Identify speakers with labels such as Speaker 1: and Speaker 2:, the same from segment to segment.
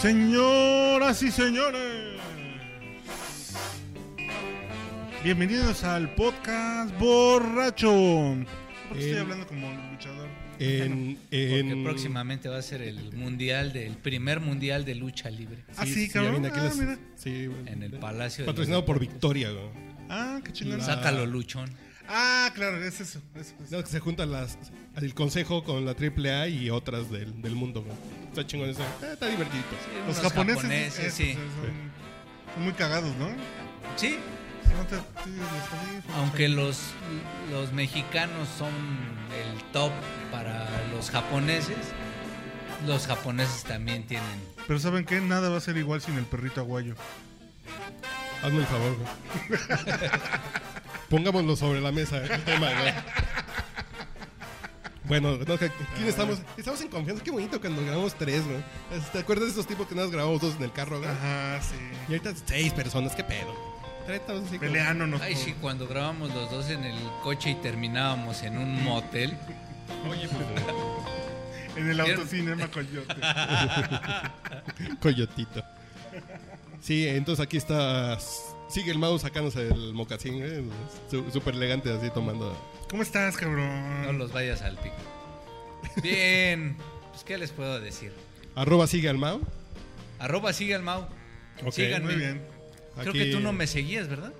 Speaker 1: Señoras y señores, bienvenidos al podcast borracho. ¿Por qué estoy
Speaker 2: Eh,
Speaker 1: hablando como luchador?
Speaker 2: En,
Speaker 3: Porque
Speaker 2: en-
Speaker 3: próximamente va a ser el mundial del primer mundial de lucha libre
Speaker 1: Ah, sí,
Speaker 2: ya
Speaker 1: cabrón.
Speaker 2: viene aquí
Speaker 1: Ah,
Speaker 2: las-
Speaker 1: mira.
Speaker 2: sí, güey.
Speaker 3: en el Palacio. de
Speaker 2: Patrocinado por Victoria, güey.
Speaker 1: Ah, qué chingón.
Speaker 3: los- Sácalo, luchón.
Speaker 1: Ah, claro, es eso. es eso.
Speaker 2: No, que se juntan las, el consejo con la AAA y otras del, del mundo, güey. Está chingón eso. Eh, Está, está divertido.
Speaker 1: Los
Speaker 3: Unos
Speaker 1: japoneses,
Speaker 3: japoneses,
Speaker 1: esos,
Speaker 3: sí.
Speaker 1: esos son, son muy cagados, ¿no?
Speaker 3: Sí,
Speaker 1: No te- sí, los audífonos.
Speaker 3: aunque los, los mexicanos son el top para los japoneses, los japoneses también tienen.
Speaker 1: Pero ¿saben qué? Nada va a ser igual sin el perrito aguayo.
Speaker 2: Hazme el favor, güey. Pongámoslo sobre la mesa, el tema, güey. Bueno, no, ¿quién estamos? Estamos en confianza. Qué bonito cuando grabamos tres, güey. ¿Te acuerdas de esos tipos que nada más grabamos dos en el carro, güey?
Speaker 1: Ajá, sí.
Speaker 2: Y ahorita seis personas, qué pedo. Tres, estamos así como-
Speaker 1: Peleándonos.
Speaker 3: Ay,
Speaker 1: por-
Speaker 3: sí, cuando grabamos los dos en el coche y terminábamos en un motel.
Speaker 2: Oye, pues, güey.
Speaker 1: En el autocinema Coyote.
Speaker 2: Coyotito. Sí, entonces aquí está. Sigue el mouse sacándose el mocasín, güey, su- súper elegante, así tomando.
Speaker 1: ¿Cómo estás, cabrón?
Speaker 3: No los vayas al pico. Bien, pues ¿qué les puedo decir?
Speaker 2: Arroba sigue al mouse.
Speaker 3: Arroba sigue al Mau.
Speaker 2: Ok,
Speaker 3: Síganme.
Speaker 1: Muy bien.
Speaker 3: Creo
Speaker 2: Aquí-
Speaker 3: que tú no me seguías, ¿verdad?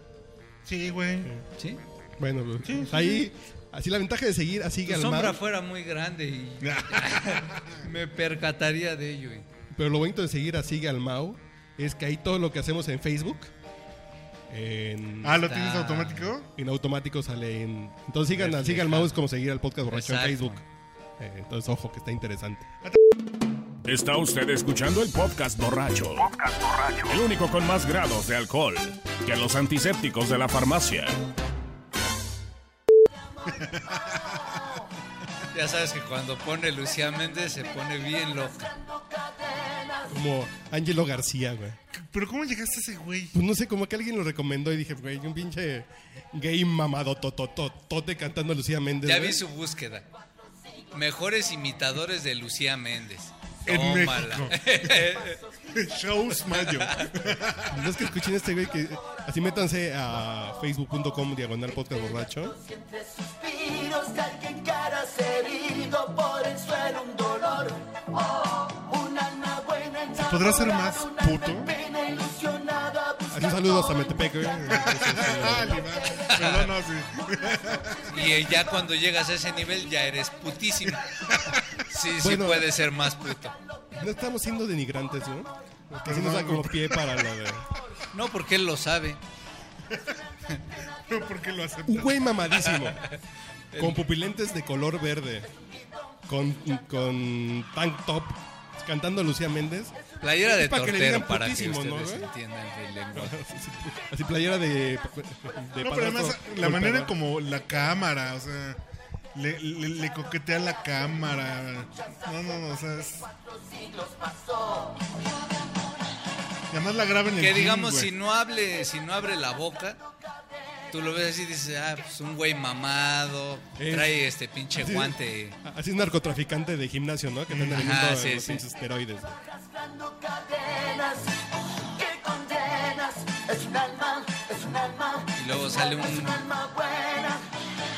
Speaker 1: Sí, güey.
Speaker 3: Sí.
Speaker 2: Bueno, pues,
Speaker 1: Sí, sí,
Speaker 2: ahí. Así la ventaja de seguir a sigue
Speaker 3: Tu
Speaker 2: al
Speaker 3: sombra
Speaker 2: Mau.
Speaker 3: fuera muy grande y
Speaker 1: Ah,
Speaker 3: me percataría de ello. y-
Speaker 2: Pero lo bonito de seguir a sigue al Mau es que ahí todo lo que hacemos en Facebook. En,
Speaker 1: ah, ¿lo
Speaker 3: Está.
Speaker 1: tienes automático?
Speaker 2: en automático sale en. Entonces sigan a sigue al Mau es como seguir al podcast borracho en
Speaker 3: Exacto.
Speaker 2: Facebook. Eh, entonces, ojo, que está interesante.
Speaker 4: Está usted escuchando el podcast borracho. El único con más grados de alcohol que los antisépticos de la farmacia.
Speaker 3: Ya sabes que cuando pone Lucía Méndez se pone bien loca.
Speaker 2: Como Angelo García, güey.
Speaker 1: ¿Pero cómo llegaste a ese güey?
Speaker 2: Pues no sé, como que alguien lo recomendó y dije, güey, un pinche gay mamado totototote cantando a Lucía Méndez.
Speaker 3: Ya
Speaker 2: güey.
Speaker 3: vi su búsqueda. Mejores imitadores de Lucía Méndez.
Speaker 1: En
Speaker 3: Tómala.
Speaker 1: Shows Mayo.
Speaker 2: No es que escuchen a este güey que así métanse a facebook.com diagonal podcast borracho.
Speaker 5: Entre suspiros cae en caras herido por el suelo un dolor. Oh, un alma buena enamorada,
Speaker 1: ¿Podrá ser más
Speaker 5: un
Speaker 1: puto?
Speaker 5: alma en pena ilusionada,
Speaker 2: Así un
Speaker 5: busca
Speaker 2: saludo hasta
Speaker 5: todo
Speaker 2: Metepec,
Speaker 1: ¿eh?
Speaker 2: güey.
Speaker 1: Ah, ni madre. Perdón, no, sí.
Speaker 3: Y eh, ya cuando llegas a ese nivel ya eres putísimo. Sí, sí
Speaker 2: Bueno.
Speaker 3: puede ser más puto.
Speaker 2: No estamos siendo denigrantes, ¿no? Que sí nos da como pie para lo de...
Speaker 3: No, porque él lo sabe.
Speaker 1: No, ¿Por qué lo aceptas?
Speaker 2: Un güey mamadísimo. Con pupilentes de color verde. Con, con tank top. Cantando a Lucía Méndez.
Speaker 3: Playera de
Speaker 2: Para que le
Speaker 3: tortero
Speaker 2: digan
Speaker 3: para que
Speaker 2: putísimo, ¿no, ¿Eh?
Speaker 3: ustedes
Speaker 2: güey?
Speaker 3: entiendan el lenguaje.
Speaker 2: Así playera de... de
Speaker 1: No, pero además
Speaker 2: padrastro
Speaker 1: la manera en
Speaker 2: golpeador.
Speaker 1: como la cámara, o sea, le, le- le coquetea la cámara. No, no, no, o sea, es... Y además la graben en
Speaker 3: Que
Speaker 1: el gym,
Speaker 3: digamos,
Speaker 1: güey.
Speaker 3: si no hable, si no abre la boca, tú lo ves así y dices, ah, pues un güey mamado,
Speaker 2: Es-
Speaker 3: trae este pinche
Speaker 2: así-
Speaker 3: guante.
Speaker 2: Así es narcotraficante de gimnasio, ¿no? Que te andan
Speaker 3: Ajá,
Speaker 2: vendiendo
Speaker 3: sí,
Speaker 2: los
Speaker 3: sí.
Speaker 2: pinches esteroides. güey.
Speaker 5: arrastrando cadenas. Que condenas. Es un alma, es un alma.
Speaker 3: Y luego sale
Speaker 5: Es un
Speaker 3: un
Speaker 5: alma buena.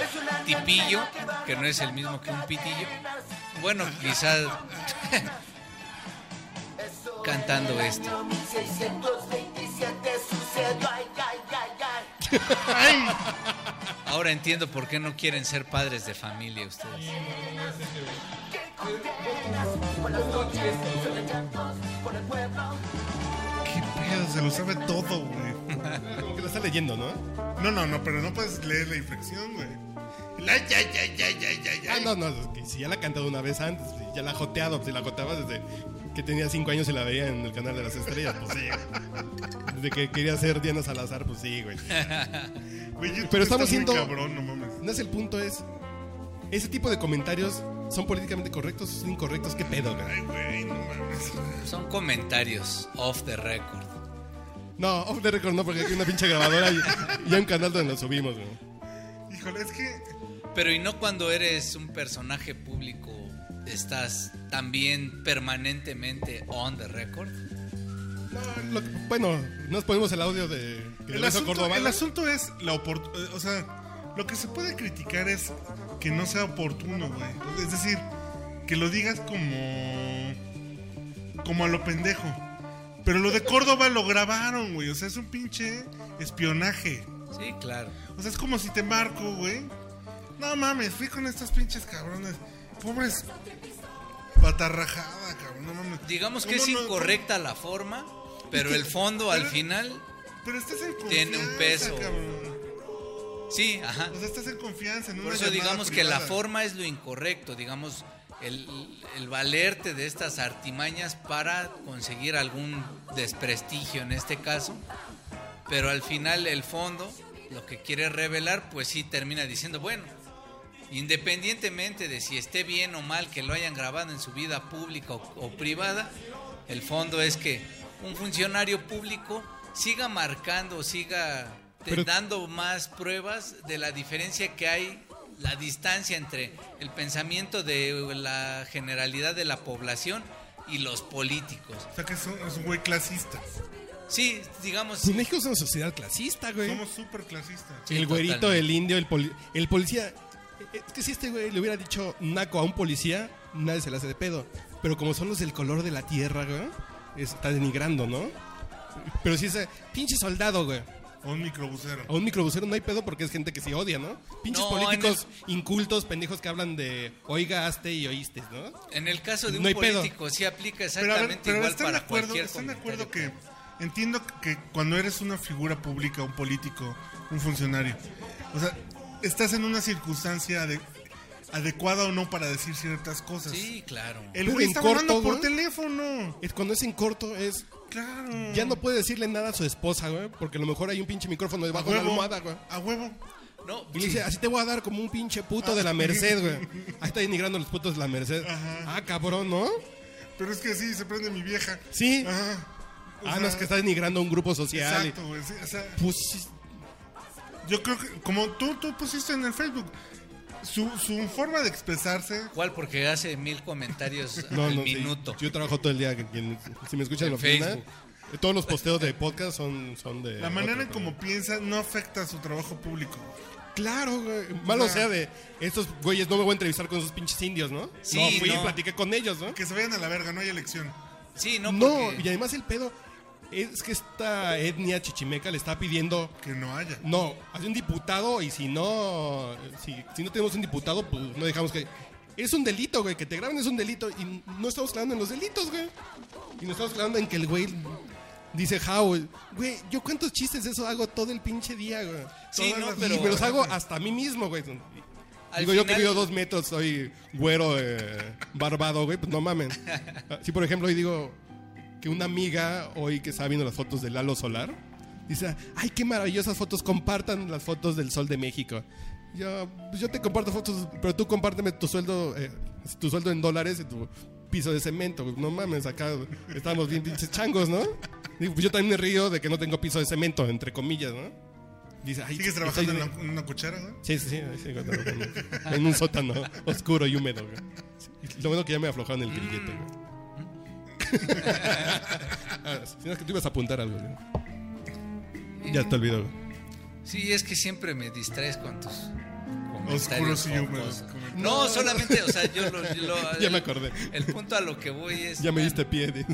Speaker 5: Es un alma
Speaker 3: tipillo,
Speaker 5: en pena va
Speaker 3: que no es el mismo que un pitillo. Bueno, quizás cantando esto.
Speaker 5: 1627 sucedió, ay, ay, ay, ay.
Speaker 3: Ahora entiendo por qué no quieren ser padres de familia ustedes.
Speaker 1: ¿Qué pedo? Se lo sabe todo, güey.
Speaker 2: Como que lo está leyendo, ¿no?
Speaker 1: No, no, no, pero no puedes leer la inflexión, güey. La ya, ya, ya, ya, ya, ya.
Speaker 2: Ah, no, no, es que si ya la ha cantado una vez antes, si ya la ha joteado, si la joteaba desde que tenía cinco años y la veía en el canal de las estrellas, pues sí. güey. Desde que quería ser Diana Salazar, pues sí, güey.
Speaker 1: Güey, YouTube
Speaker 2: Pero estamos
Speaker 1: está muy
Speaker 2: siendo-
Speaker 1: cabrón, no mames.
Speaker 2: No es el punto, es Ese tipo de comentarios son políticamente correctos, son incorrectos, qué pedo, güey?
Speaker 1: Ay, güey, no mames.
Speaker 3: Son comentarios off the record.
Speaker 2: No, off the record no, porque aquí hay una pinche grabadora y, y hay un canal donde lo subimos, güey.
Speaker 1: Híjole, es que.
Speaker 3: Pero y no cuando eres un personaje público, estás también permanentemente on the record.
Speaker 2: No, lo que- bueno, nos ponemos el audio de de
Speaker 1: El
Speaker 2: Lorenzo
Speaker 1: asunto,
Speaker 2: Córdoba,
Speaker 1: el
Speaker 2: ¿no?
Speaker 1: asunto es la oportunidad. O sea, lo que se puede criticar es que no sea oportuno, güey. Es decir, que lo digas como. como a lo pendejo. Pero lo de Córdoba lo grabaron, güey. O sea, es un pinche espionaje.
Speaker 3: Sí, claro.
Speaker 1: O sea, es como si te marco, güey. No mames, fui con estos pinches cabrones. Pobres. Patarrajada, cabrón. No mames.
Speaker 3: Digamos que
Speaker 1: Uno
Speaker 3: es
Speaker 1: no-
Speaker 3: incorrecta la forma, pero
Speaker 1: que-
Speaker 3: el fondo al
Speaker 1: pero-
Speaker 3: final,
Speaker 1: Pero estás en confianza.
Speaker 3: Tiene un peso.
Speaker 1: cabrón.
Speaker 3: sí, ajá.
Speaker 1: O sea, estás en confianza. En
Speaker 3: Por
Speaker 1: una
Speaker 3: eso
Speaker 1: llamada
Speaker 3: digamos que la
Speaker 1: privada.
Speaker 3: forma es lo incorrecto, digamos, el, el valerte de estas artimañas para conseguir algún desprestigio en este caso, pero al final el fondo, lo que quiere revelar, pues sí termina diciendo, bueno, independientemente de si esté bien o mal que lo hayan grabado en su vida pública o, o privada, el fondo es que un funcionario público siga marcando, siga te-
Speaker 2: Pero-
Speaker 3: dando más pruebas de la diferencia que hay, la distancia entre el pensamiento de la generalidad de la población y los políticos.
Speaker 1: O sea, que es un, es un güey clasista.
Speaker 3: Sí, digamos,
Speaker 2: Pues México es una sociedad clasista, güey.
Speaker 1: Somos súper clasistas.
Speaker 3: Sí,
Speaker 2: el güerito,
Speaker 3: totalmente.
Speaker 2: el indio, el, poli- el policía. Es que si este güey le hubiera dicho naco a un policía, nadie se le hace de pedo. Pero como son los del color de la tierra, güey, es- está denigrando, ¿no? Pero si ese pinche soldado, güey,
Speaker 1: O un microbusero.
Speaker 2: a un microbusero no hay pedo porque es gente que sí odia, ¿no? Pinches
Speaker 3: No,
Speaker 2: políticos incultos, pendejos que hablan de oigaste y oíste, ¿no?
Speaker 3: en el caso de un
Speaker 2: No hay pedo.
Speaker 3: político sí aplica
Speaker 1: Pero, a ver,
Speaker 3: exactamente
Speaker 1: pero
Speaker 3: igual
Speaker 1: están de
Speaker 3: para
Speaker 1: acuerdo,
Speaker 3: cualquier
Speaker 1: están de acuerdo
Speaker 3: comentario
Speaker 1: que entiendo que cuando eres una figura pública, un político, un funcionario, o sea, estás en una circunstancia ade- adecuada o no para decir ciertas cosas.
Speaker 3: Sí, claro.
Speaker 1: El
Speaker 2: Pero
Speaker 1: güey
Speaker 2: en
Speaker 1: está
Speaker 2: corto,
Speaker 1: hablando por
Speaker 2: güey.
Speaker 1: teléfono.
Speaker 2: Es Cuando es en corto es...
Speaker 1: Claro.
Speaker 2: Ya no puede decirle nada a su esposa, güey, porque a lo mejor hay un pinche micrófono debajo de la almohada, güey.
Speaker 1: a huevo.
Speaker 3: No,
Speaker 2: Y le dice, así te voy a dar como un pinche puto
Speaker 1: Ah.
Speaker 2: de la Merced, güey. Ahí está denigrando a los putos de la Merced. Ah, cabrón, ¿no?
Speaker 1: Pero es que así se prende mi vieja.
Speaker 2: Sí.
Speaker 1: Ajá. O
Speaker 2: Ah,
Speaker 1: sea,
Speaker 2: no, es que está denigrando a un grupo social.
Speaker 1: Exacto, güey. sí, o sea,
Speaker 2: Y, pues, sí,
Speaker 1: yo creo que, como tú, tú pusiste en el Facebook, su, su forma de expresarse
Speaker 3: ¿Cuál? Porque hace mil comentarios
Speaker 2: no,
Speaker 3: al
Speaker 2: no, sí.
Speaker 3: minuto.
Speaker 2: Yo trabajo todo el día. que- que- Si me escuchan en la
Speaker 3: En
Speaker 2: oficina, eh, todos los posteos de podcast son, son de...
Speaker 1: La manera en
Speaker 2: otro,
Speaker 1: como piensa no afecta a su trabajo público.
Speaker 2: pero- Claro, güey. Malo sea de... Estos güeyes no me voy a entrevistar con esos pinches indios, ¿no?
Speaker 3: Sí,
Speaker 2: no, fui y
Speaker 3: no.
Speaker 2: platiqué con ellos, ¿no?
Speaker 1: Que se vayan a la verga, no hay elección.
Speaker 3: Sí, no,
Speaker 2: No,
Speaker 3: porque-
Speaker 2: y además el pedo es que esta etnia chichimeca le está pidiendo
Speaker 1: Que no haya.
Speaker 2: No, hace un diputado y si no, si, si no tenemos un diputado, pues no dejamos que... Es un delito, güey, que te graben es un delito y no estamos clavando en los delitos, güey. Y nos estamos clavando en que el güey dice Howell. Güey, yo cuántos chistes de eso hago todo el pinche día, güey.
Speaker 3: Sí,
Speaker 2: Todas
Speaker 3: no,
Speaker 2: las-
Speaker 3: pero-
Speaker 2: Y me los hago hasta a mí mismo, güey. Digo,
Speaker 3: Al
Speaker 2: yo que
Speaker 3: final-
Speaker 2: mido dos metros, soy güero, eh, barbado, güey, pues no mamen. Si, por ejemplo, hoy digo que una amiga, hoy que está viendo las fotos de Lalo Solar, dice, ay, qué maravillosas fotos, compartan las fotos del Sol de México. Yo, pues, yo te comparto fotos, pero tú compárteme tu sueldo, eh, tu sueldo en dólares y tu piso de cemento. güey. No mames, acá estamos bien pinches changos, ¿no? Digo, pues yo también me río de que no tengo piso de cemento, entre comillas, ¿no? Dice, ay,
Speaker 1: ¿Sigues
Speaker 2: estoy-
Speaker 1: trabajando en, la- en una cuchara, güey?
Speaker 2: Sí, sí, sí, ahí sigo trabajando. en un sótano oscuro y húmedo. güey. Y Lo bueno que ya me aflojaron el grillete. güey. Ah, si no es que tú ibas a apuntar algo. güey. Ya te olvidó. güey.
Speaker 3: Sí, es que siempre me distraes con tus comentarios
Speaker 1: Oscuros y
Speaker 3: o
Speaker 1: húmedos
Speaker 3: cosas.
Speaker 1: comentarios.
Speaker 3: No, solamente, o sea, yo lo... yo lo-
Speaker 2: Ya me acordé.
Speaker 3: El punto a lo que voy es...
Speaker 2: Ya me diste pie. di.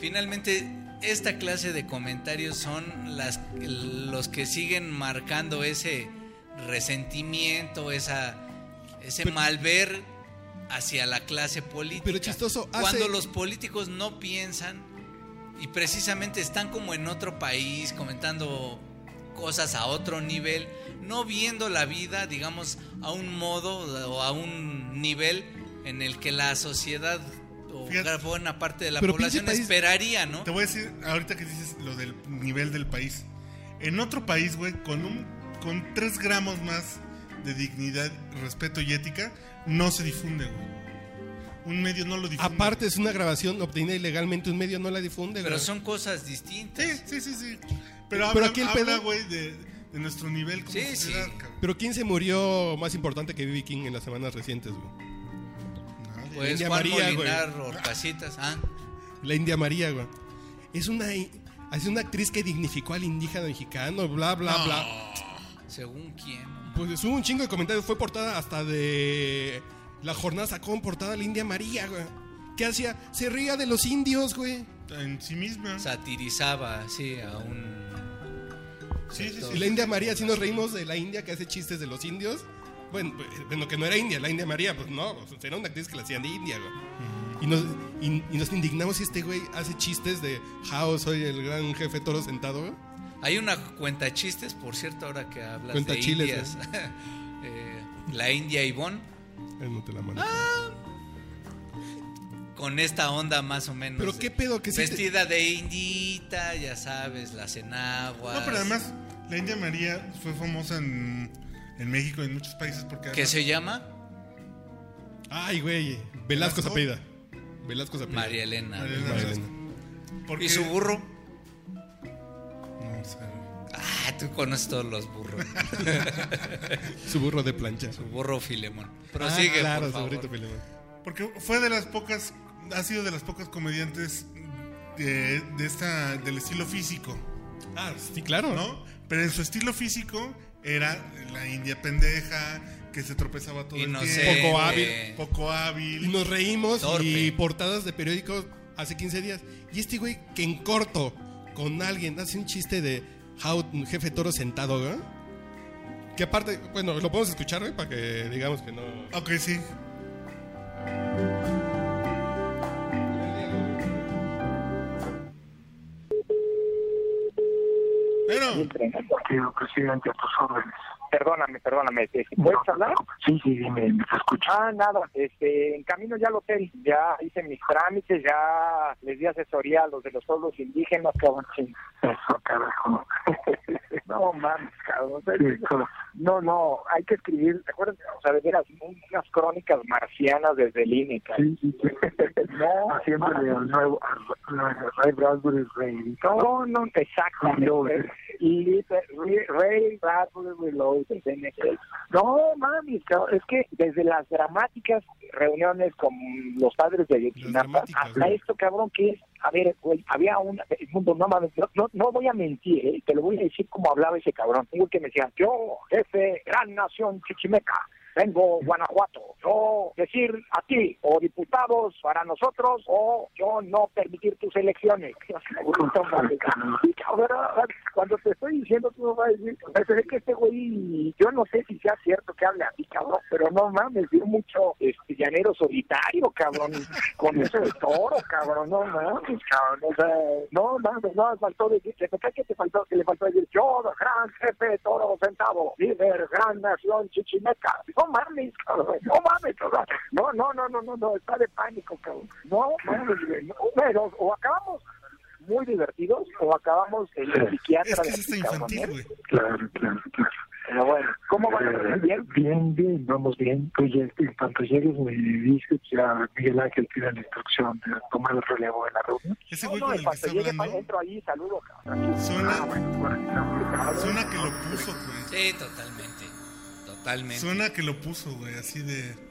Speaker 3: Finalmente, esta clase de comentarios son las, los que siguen marcando ese resentimiento, esa, ese
Speaker 2: Pero-
Speaker 3: malver hacia la clase política.
Speaker 2: Pero chistoso, hace-
Speaker 3: Cuando los políticos no piensan y precisamente están como en otro país comentando cosas a otro nivel, no viendo la vida, digamos, a un modo o a un nivel en el que la sociedad o
Speaker 1: Fíjate.
Speaker 3: gran buena parte de la
Speaker 2: Pero pinche
Speaker 3: población
Speaker 2: país-
Speaker 3: esperaría, ¿no?
Speaker 1: Te voy a decir, ahorita que dices lo del nivel del país. En otro país, güey, con un con tres gramos más de dignidad, respeto y ética no se difunde, güey. Un medio no lo difunde.
Speaker 2: Aparte es una grabación obtenida ilegalmente, un medio no la difunde.
Speaker 3: Pero
Speaker 2: güey.
Speaker 3: son cosas
Speaker 1: Sí,
Speaker 3: distintas.
Speaker 1: sí, sí, sí.
Speaker 2: Pero
Speaker 1: Pero, habla,
Speaker 2: aquí el
Speaker 1: habla,
Speaker 2: pedo-
Speaker 1: güey, de, de nuestro nivel como
Speaker 3: Sí,
Speaker 1: sociedad,
Speaker 3: sí.
Speaker 1: cabrón.
Speaker 2: Pero ¿quién se murió más importante que B.B. King en las semanas recientes, güey?
Speaker 1: Nadie.
Speaker 3: Pues
Speaker 2: India
Speaker 3: Juan
Speaker 2: María, güey.
Speaker 3: Molinar Orcasitas, ah,
Speaker 2: La India María, güey. Es una, es una actriz que dignificó al indígena mexicano, bla, bla, bla.
Speaker 3: según quién.
Speaker 2: Pues hubo un chingo de comentarios. Fue portada hasta de... La jornada sacó en portada a la India María, güey. ¿Qué hacía? Se ría de los indios, güey.
Speaker 1: En sí misma.
Speaker 3: Satirizaba así a un.
Speaker 1: Sí, sí,
Speaker 3: sector.
Speaker 1: sí.
Speaker 2: Y la India María, si nos reímos de la India que hace chistes de los indios, bueno, pues, bueno, que no era India, la India María, pues no, o sea, era una actriz que la hacían de India, güey. Y nos, y- y nos indignamos y este güey hace chistes de how soy el gran jefe toro sentado, güey.
Speaker 3: Hay una cuenta chistes, por cierto, ahora que hablas
Speaker 2: Cuenta
Speaker 3: de
Speaker 2: chiles,
Speaker 3: indias. Eh, la India Ivonne,
Speaker 2: Él no te la manda.
Speaker 3: con esta onda más o menos.
Speaker 2: Pero
Speaker 3: de-
Speaker 2: qué pedo que sí te-
Speaker 3: Vestida de indita, ya sabes, las enaguas.
Speaker 1: No, pero además, la India María fue famosa en, en México y en muchos países porque.
Speaker 3: ¿Qué
Speaker 1: además-
Speaker 3: se llama?
Speaker 2: Ay, güey. Velasco se
Speaker 1: ¿Velasco?
Speaker 2: apellida. Velasco se apellida.
Speaker 3: María Elena.
Speaker 1: María
Speaker 2: María
Speaker 1: Elena.
Speaker 2: Elena.
Speaker 1: porque-
Speaker 3: ¿Y su
Speaker 2: Eh,
Speaker 3: burro?
Speaker 1: No, o sea,
Speaker 3: Ah, tú conoces todos los burros.
Speaker 2: Su burro de plancha.
Speaker 3: Tu burro Filemón. Prosigue,
Speaker 2: Ah, claro,
Speaker 3: por
Speaker 2: su
Speaker 3: favor.
Speaker 2: burrito Filemón.
Speaker 1: Porque fue de las pocas. Ha sido de las pocas comediantes de, de esta, del estilo físico,
Speaker 2: Ah, sí, claro.
Speaker 1: ¿no? Pero en su estilo físico era la India pendeja, que se tropezaba todo el
Speaker 3: Inocente.
Speaker 1: tiempo.
Speaker 2: Poco hábil.
Speaker 1: Poco
Speaker 2: Y
Speaker 1: hábil.
Speaker 2: nos reímos
Speaker 3: Torpe.
Speaker 2: y portadas de periódicos hace 15 días. Y este güey que en corto con alguien hace un chiste de how jefe toro sentado, güey. Que aparte, bueno, lo podemos escuchar, güey, para que digamos que no.
Speaker 1: Ok, sí. Bueno,
Speaker 6: Querido presidente, a tus órdenes.
Speaker 7: Perdóname, perdóname. eh, ¿Puedes hablar?
Speaker 6: Sí, sí, dime, me te escucho.
Speaker 7: Ah, nada. Este, en camino ya al hotel. Ya hice mis trámites, ya les di asesoría a los de los pueblos indígenas, cabrón. sí.
Speaker 6: Eso, carajo.
Speaker 7: No mames, cabrón.
Speaker 6: Sí, claro.
Speaker 7: No, no, hay que escribir, ¿te acuerdas? O sea, de veras, un- unas crónicas marcianas desde el INE, cabrón.
Speaker 6: Sí, sí, sí.
Speaker 7: No,
Speaker 6: Haciéndole al nuevo, al, al Ray Bradbury Rey.
Speaker 7: no, no, exacto.
Speaker 6: Reloaded.
Speaker 7: Y Ray- Ray Bradbury Reloaded, NXL. No, mami, cabrón, es que desde las dramáticas reuniones con los padres de Ayotzinapa
Speaker 2: dramáticas,
Speaker 7: hasta
Speaker 2: sí.
Speaker 7: esto, cabrón, que es, a ver, güey, había un, el mundo, no mames, no, no, no voy a mentir, ¿eh? te lo voy a decir como hablaba ese cabrón. Un güey que me decía, yo, jefe, gran nación chichimeca. Vengo Guanajuato. Yo decir a ti, o diputados para nosotros, o yo no permitir tus elecciones. Sí, cabrón, Cuando te estoy diciendo, tú no vas a decir, pero es que este güey, yo no sé si sea cierto que hable así, cabrón, pero no mames, dio mucho este llanero solitario, cabrón, con eso de toro, cabrón, no mames, cabrón, o sea, no mames, no, faltó decir, ¿qué que te faltó? Que le faltó decir, yo, gran jefe de toro centavo, líder, gran nación chichimeca, no mames, cabrón, no mames, o sea, no, no, no, no, no, no, está de pánico, cabrón, no mames, güey, no, pero, o acabamos muy divertidos o acabamos en el psiquiatra
Speaker 1: es que
Speaker 7: de
Speaker 1: es hasta
Speaker 7: aquí, cabrón,
Speaker 1: infantil,
Speaker 7: ¿eh?
Speaker 1: güey.
Speaker 6: Claro, claro, claro.
Speaker 7: Pero bueno, ¿cómo van a
Speaker 6: Eh,
Speaker 7: hacer bien?
Speaker 6: Bien, bien, vamos bien. Tú ya, en cuanto llegues, me dices, ya Miguel Ángel tiene la instrucción de tomar el relevo de la reunión.
Speaker 1: Ese
Speaker 7: No,
Speaker 1: güey
Speaker 7: no,
Speaker 1: con
Speaker 7: en
Speaker 1: el que
Speaker 7: cuanto
Speaker 1: está
Speaker 7: llegue,
Speaker 1: hablando
Speaker 7: entro ahí, saludo, cabrón.
Speaker 6: Ah,
Speaker 1: suena,
Speaker 6: bueno, bueno.
Speaker 1: suena que lo puso, güey.
Speaker 3: Sí, totalmente. Totalmente.
Speaker 1: Suena que lo puso, güey, así de.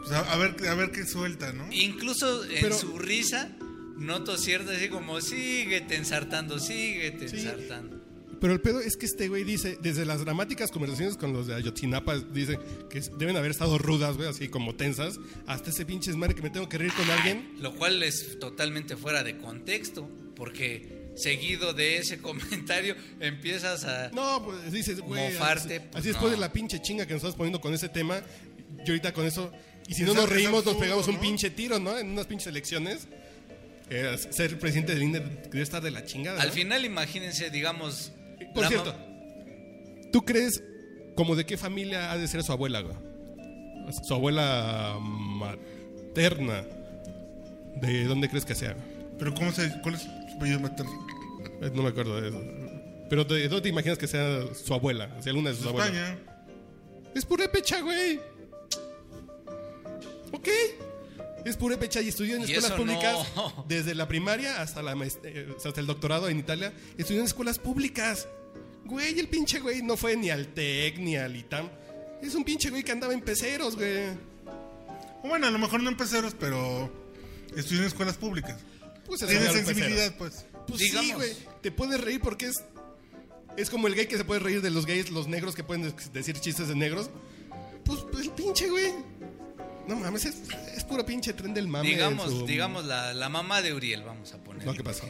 Speaker 1: pues, a, a ver, a ver qué suelta, ¿no?
Speaker 3: Incluso en
Speaker 2: Pero-
Speaker 3: su risa noto cierto así como síguete ensartando, síguete
Speaker 2: Sí.
Speaker 3: ensartando.
Speaker 2: Pero el pedo es que este güey dice, desde las dramáticas conversaciones con los de Ayotzinapa, dice que deben haber estado rudas, güey, así como tensas, hasta ese pinche madre que me tengo que reír con alguien.
Speaker 3: Lo cual es totalmente fuera de contexto, porque seguido de ese comentario empiezas a...
Speaker 2: No, pues dices, güey.
Speaker 3: Mofarte,
Speaker 2: así,
Speaker 3: pues,
Speaker 2: así después de
Speaker 3: no.
Speaker 2: la pinche chinga que nos estás poniendo con ese tema, yo ahorita con eso. Y si no
Speaker 1: Es
Speaker 2: nos
Speaker 1: ab- es
Speaker 2: reímos, nos
Speaker 1: absurdo,
Speaker 2: pegamos un
Speaker 1: ¿no?
Speaker 2: pinche tiro, ¿no? En unas pinches elecciones. Eh, ser presidente del INE debe estar de la chingada.
Speaker 3: Al
Speaker 2: ¿no? Eh,
Speaker 3: final imagínense, digamos...
Speaker 2: Por
Speaker 3: la
Speaker 2: cierto,
Speaker 3: mam-
Speaker 2: ¿tú crees como de qué familia ha de ser su abuela, güey? Su abuela materna. ¿De dónde crees que sea?
Speaker 1: Pero ¿cómo se, ¿cuál es su apellido materno?
Speaker 2: Eh, No me acuerdo de eso. Pero ¿de dónde te imaginas que sea su abuela? Si alguna de sus abuelas.
Speaker 1: España.
Speaker 2: Es Es purépecha, güey. ¿Ok? Es purépecha y estudió en
Speaker 3: Y
Speaker 2: escuelas
Speaker 3: eso
Speaker 2: públicas
Speaker 3: no.
Speaker 2: desde la primaria hasta, la maest- eh, hasta el doctorado en Italia. Estudió en escuelas públicas. Güey, el pinche güey no fue ni al TEC ni al ITAM. Es un pinche güey que andaba en peceros, güey.
Speaker 1: O bueno, a lo mejor no en peceros, pero estudió en escuelas públicas.
Speaker 2: Pues se
Speaker 1: Tiene
Speaker 2: sabía un pecero.
Speaker 1: sensibilidad, pues.
Speaker 2: Pues sí,
Speaker 3: Digamos.
Speaker 2: güey. Te puedes reír porque es. Es como el gay que se puede reír de los gays, los negros que pueden decir chistes de negros. Pues, pues, el pinche, güey. No mames, es, es puro pinche tren del mame. en
Speaker 3: digamos,
Speaker 2: su-
Speaker 3: digamos la, la mamá de Uriel, vamos a poner.
Speaker 2: No, ¿qué pasó?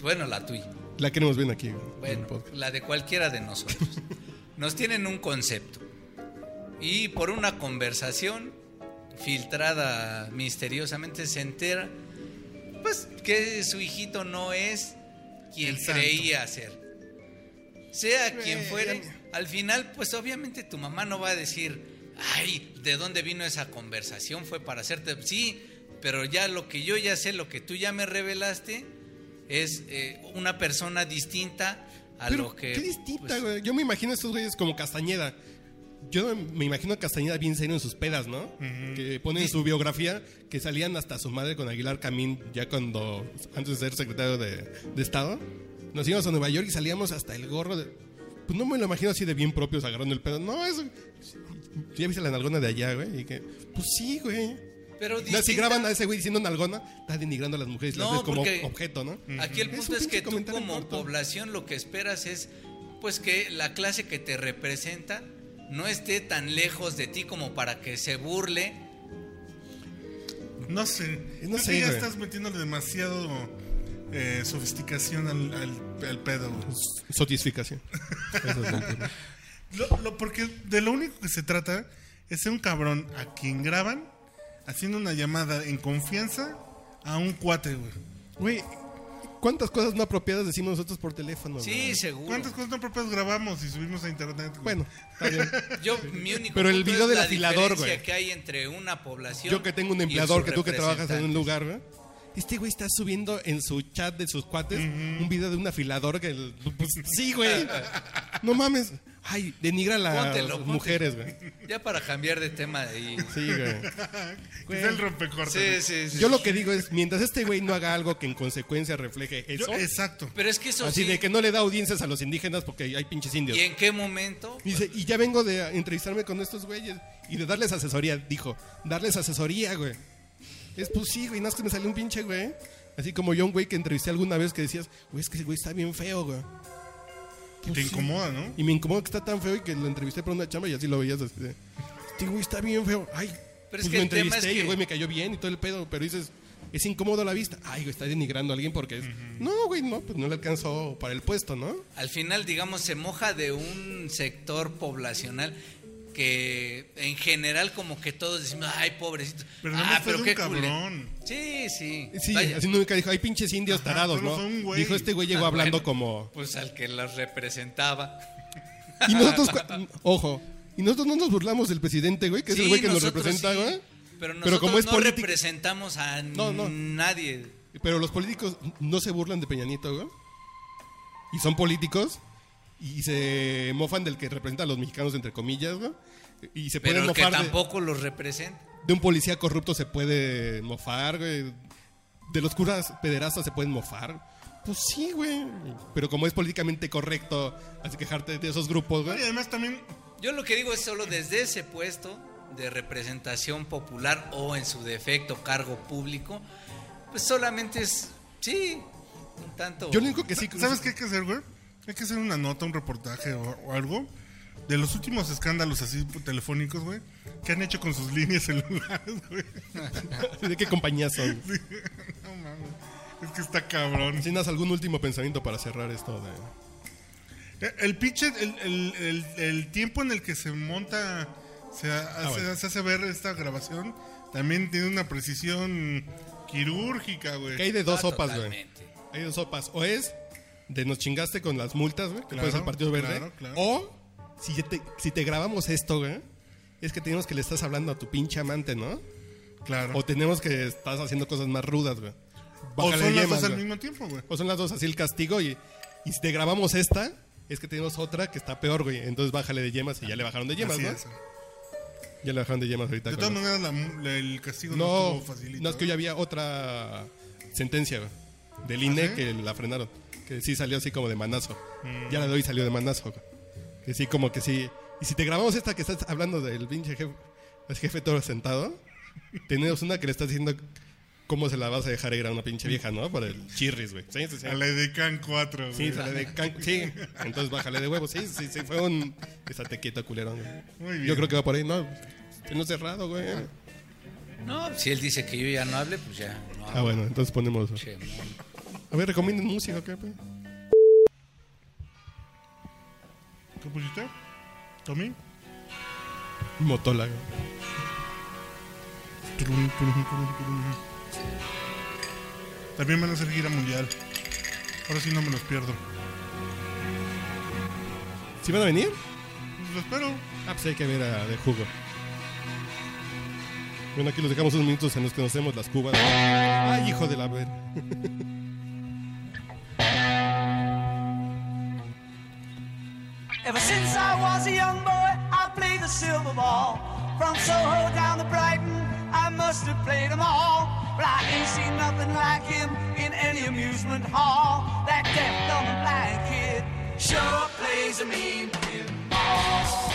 Speaker 3: Bueno, la tuya.
Speaker 2: La queremos bien aquí, güey. en el
Speaker 3: Bueno,
Speaker 2: podcast.
Speaker 3: la de cualquiera de nosotros. Nos tienen un concepto. Y por una conversación filtrada misteriosamente se entera, pues que su hijito no es quien
Speaker 2: El santo.
Speaker 3: creía ser. Sea
Speaker 2: Güey,
Speaker 3: quien fuere,
Speaker 2: ya
Speaker 3: al final, pues obviamente tu mamá no va a decir, ay, ¿de dónde vino esa conversación? Fue para hacerte... Sí, pero ya lo que yo ya sé, lo que tú ya me revelaste, es eh, una persona distinta a
Speaker 2: Pero,
Speaker 3: lo que...
Speaker 2: Qué distinta,
Speaker 3: pues,
Speaker 2: güey. Yo me imagino a estos güeyes como Castañeda. Yo me imagino a Castañeda bien serio en sus pedas, ¿no? Que ponen en su biografía que salían hasta su madre con Aguilar Camín ya cuando, antes de ser secretario de, de Estado. Nos íbamos a Nueva York y salíamos hasta el gorro de... Pues no me lo imagino así de bien propios agarrando el pedo. No, eso... Ya viste la nalgona de allá, güey. Y que, pues sí, güey.
Speaker 3: Pero
Speaker 2: No, si
Speaker 3: distinta-
Speaker 2: graban a ese güey diciendo nalgona, está denigrando a las mujeres y las
Speaker 3: No,
Speaker 2: ves como
Speaker 3: porque-
Speaker 2: objeto, ¿no?
Speaker 3: Aquí el
Speaker 2: Es un
Speaker 3: punto es,
Speaker 2: pinche
Speaker 3: que tú
Speaker 2: comentario
Speaker 3: como
Speaker 2: corto.
Speaker 3: población lo que esperas es pues que la clase que te representa no esté tan lejos de ti como para que se burle.
Speaker 1: No sé.
Speaker 2: No
Speaker 1: No
Speaker 2: sé,
Speaker 1: ya
Speaker 2: güey.
Speaker 1: estás metiéndole demasiado eh, sofisticación al, al- al pedo, güey.
Speaker 2: Pues, Satisfacción. Eso es lo que-
Speaker 1: Lo- lo- porque de lo único que se trata es ser un cabrón a quien graban haciendo una llamada en confianza a un cuate, güey.
Speaker 2: Güey, ¿cuántas cosas no apropiadas decimos nosotros por teléfono?
Speaker 3: Sí,
Speaker 2: güey?
Speaker 3: seguro.
Speaker 1: ¿Cuántas cosas no propias grabamos y subimos a internet? güey?
Speaker 2: Bueno, está bien.
Speaker 3: Yo, mi único
Speaker 2: Pero el
Speaker 3: punto
Speaker 2: video
Speaker 3: es
Speaker 2: del
Speaker 3: la
Speaker 2: afilador,
Speaker 3: diferencia
Speaker 2: güey.
Speaker 3: que hay entre una población.
Speaker 2: Yo que tengo un
Speaker 3: y
Speaker 2: empleador,
Speaker 3: sus
Speaker 2: que tú que trabajas en un
Speaker 3: representantes.
Speaker 2: lugar, güey. Este güey está subiendo en su chat de sus cuates un video de un afilador que... el- pues, sí, güey. No mames. Ay, denigra a las
Speaker 3: Póntelo, póntelo.
Speaker 2: mujeres, güey.
Speaker 3: Ya para cambiar de tema de ahí.
Speaker 2: Sí, güey.
Speaker 1: Que sea el rompecorte.
Speaker 3: Sí, sí, sí.
Speaker 2: Yo lo que digo es, mientras este güey no haga algo que en consecuencia refleje eso,
Speaker 1: exacto.
Speaker 3: Pero es que eso
Speaker 2: así
Speaker 3: sí.
Speaker 2: de que no le da audiencias a los indígenas porque hay pinches indios.
Speaker 3: ¿Y en qué momento?
Speaker 2: Y Dice, y ya vengo de entrevistarme con estos güeyes y de darles asesoría, dijo. Darles asesoría, güey. Es pues sí, güey, nada más que me salió un pinche güey. Así como yo, un güey que entrevisté alguna vez que decías, güey, es que ese güey está bien feo, güey.
Speaker 1: Que te
Speaker 2: Pues sí.
Speaker 1: incomoda, ¿no?
Speaker 2: Y me incomoda que está tan feo y que lo entrevisté por una chamba y así lo veías así de, este güey está bien feo. Ay,
Speaker 3: Pero
Speaker 2: pero
Speaker 3: es
Speaker 2: es
Speaker 3: que
Speaker 2: lo
Speaker 3: el tema es
Speaker 2: entrevisté y
Speaker 3: que-
Speaker 2: el güey me cayó bien y todo el pedo, pero dices, es incómodo a la vista. Ay, güey, está denigrando a alguien porque es, no, güey, no, pues no le alcanzó para el puesto, ¿no?
Speaker 3: Al final, digamos, se moja de un sector poblacional que en general como que todos decimos, ay, pobrecito.
Speaker 1: Pero nada
Speaker 3: ah,
Speaker 1: más fue
Speaker 3: pero
Speaker 1: de
Speaker 3: qué
Speaker 1: un
Speaker 3: culé".
Speaker 1: cabrón.
Speaker 3: Sí, sí.
Speaker 2: Sí,
Speaker 3: Vaya,
Speaker 2: así nunca dijo, hay pinches indios
Speaker 1: Ajá,
Speaker 2: tarados,
Speaker 1: solo
Speaker 2: ¿no?
Speaker 1: fue un güey.
Speaker 2: Dijo, este güey llegó
Speaker 3: Ah,
Speaker 2: hablando
Speaker 3: bueno.
Speaker 2: como...
Speaker 3: Pues al que los representaba.
Speaker 2: Y nosotros, cua- ojo, y nosotros no nos burlamos del presidente, güey, que es
Speaker 3: Sí,
Speaker 2: el güey que nos
Speaker 3: nosotros
Speaker 2: representa,
Speaker 3: sí,
Speaker 2: güey.
Speaker 3: Pero nosotros
Speaker 2: como es
Speaker 3: no
Speaker 2: político-
Speaker 3: representamos a
Speaker 2: No, no.
Speaker 3: nadie.
Speaker 2: Pero los políticos no se burlan de Peña Nieto, güey. Y son políticos y se mofan del que representa a los mexicanos, entre comillas, güey. Y se pueden
Speaker 3: Pero que
Speaker 2: mofar de-
Speaker 3: tampoco los representa.
Speaker 2: de un policía corrupto, se puede mofar, güey. De los curas pederastas se pueden mofar. Pues sí, güey. Pero como es políticamente correcto, así quejarte de esos grupos,
Speaker 1: Y
Speaker 2: güey.
Speaker 1: además también
Speaker 3: Yo lo que digo es solo desde ese puesto de representación popular o en su defecto cargo público, pues solamente es, sí, un tanto...
Speaker 2: Yo lo único que sí...
Speaker 1: ¿Sabes qué hay que hacer, güey? Hay que hacer una nota, un reportaje o, o algo de los últimos escándalos así telefónicos, güey, que han hecho con sus líneas celulares, güey.
Speaker 2: ¿De qué compañía son?
Speaker 1: No mames. Es que está cabrón.
Speaker 2: ¿Tienes algún último pensamiento para cerrar esto de...
Speaker 1: Eh, El pinche, el, el- el- el tiempo en el que se monta, se hace,
Speaker 2: Ah, bueno.
Speaker 1: se hace ver esta grabación, también tiene una precisión quirúrgica, güey.
Speaker 2: Que hay de dos
Speaker 3: Ah,
Speaker 2: sopas, güey.
Speaker 3: totalmente.
Speaker 2: Hay dos sopas. O es de nos chingaste con las multas, güey, que
Speaker 1: Claro,
Speaker 2: puedes al Partido Verde.
Speaker 1: claro, claro.
Speaker 2: O si ya te, si te grabamos esto, güey, es que tenemos que le estás hablando a tu pinche amante, ¿no?
Speaker 1: Claro.
Speaker 2: O tenemos que estás haciendo cosas más rudas, güey.
Speaker 1: O
Speaker 2: Bájale
Speaker 1: son las
Speaker 2: yemas,
Speaker 1: dos al
Speaker 2: güey.
Speaker 1: mismo tiempo, güey.
Speaker 2: O Pues son las dos, así el castigo. Y, y si te grabamos esta, es que tenemos otra que está peor, güey. Entonces bájale de yemas y ya le bajaron de yemas,
Speaker 1: Así
Speaker 2: ¿no?
Speaker 1: es.
Speaker 2: Ya le bajaron de yemas ahorita.
Speaker 1: De todas
Speaker 2: con
Speaker 1: maneras,
Speaker 2: eso.
Speaker 1: la mu- la- el castigo no,
Speaker 2: no,
Speaker 1: estuvo facilito. ¿eh?
Speaker 2: no, es que hoy había otra sentencia güey, del INE
Speaker 1: sí?
Speaker 2: que la frenaron. Que sí salió así como de manazo.
Speaker 1: Mm.
Speaker 2: Ya la de hoy salió de manazo. güey. Que sí, como que sí. Y si te grabamos esta que estás hablando del pinche jefe, el jefe todo sentado, tenemos una que le estás diciendo cómo se la vas a dejar ir a una pinche vieja, ¿no? Por el chirris, güey. Sí, sí, sí.
Speaker 1: Mm. A la de Can 4, güey.
Speaker 2: Sí, sale de can- sí, entonces bájale de huevos. Sí, sí, sí, fue un. Estate quieto, culerón. güey.
Speaker 1: Muy bien.
Speaker 2: Yo creo que va por ahí, no. No cerrado, güey.
Speaker 3: No, pues, si él dice que yo ya no hable, pues ya no
Speaker 2: Ah,
Speaker 3: hablo.
Speaker 2: bueno, entonces ponemos.
Speaker 3: Che, mon.
Speaker 2: A ver, recomienden música, ¿qué? pe?
Speaker 1: ¿Qué pusiste? ¿Tommy?
Speaker 2: Motola. güey.
Speaker 1: Turum, turum, turum, turum. También van a hacer gira mundial. Ahora sí no me los pierdo.
Speaker 2: ¿Sí van a venir?
Speaker 1: Lo espero.
Speaker 2: Ah, pues hay que ver a De Jugo. Bueno, aquí los dejamos unos minutos en los que nos hacemos las cubas. Ay, hijo de la ver.
Speaker 8: Ever since I was a young boy, I played the silver ball. From Soho down to Brighton, I must have played 'em all. But I ain't seen nothing like him in any amusement hall. That deaf, dumb, and blind kid sure plays a mean pinball.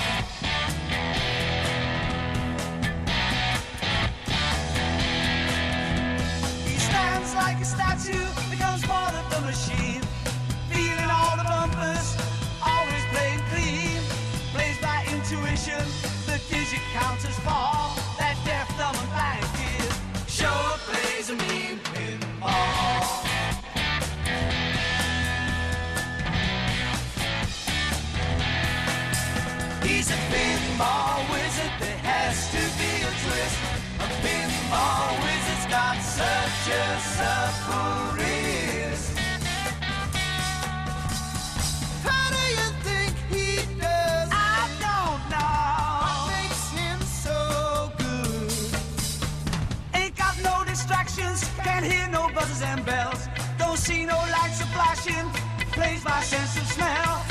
Speaker 8: He stands like a statue, becomes part of the machine. Feeling all the bumpers, always playing clean. Plays by intuition, the digit counts as fall. That deaf, dumb, and blind kid sure plays a mean pinball. He's a pinball wizard, there has to be a twist. A pinball wizard's got such a sufferist. How do you think he does? I don't know. What makes him so good? Ain't got no distractions, can't hear no buzzes and bells. Don't see no lights a flashing, plays my sense of smell.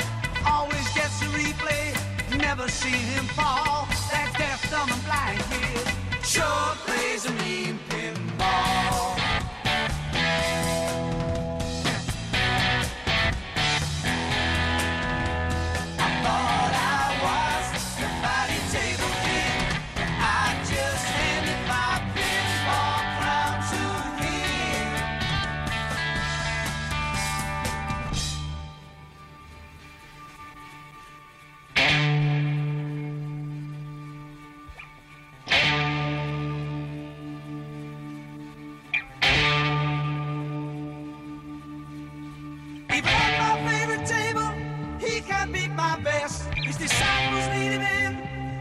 Speaker 8: Always gets a replay, never seen him fall. That deaf, dumb, and blind kid sure plays a mean pinball. thought I was the body table kid. I just handed my pinball crown to him. Even at my favorite table, he can't beat my best. His disciples lead him in,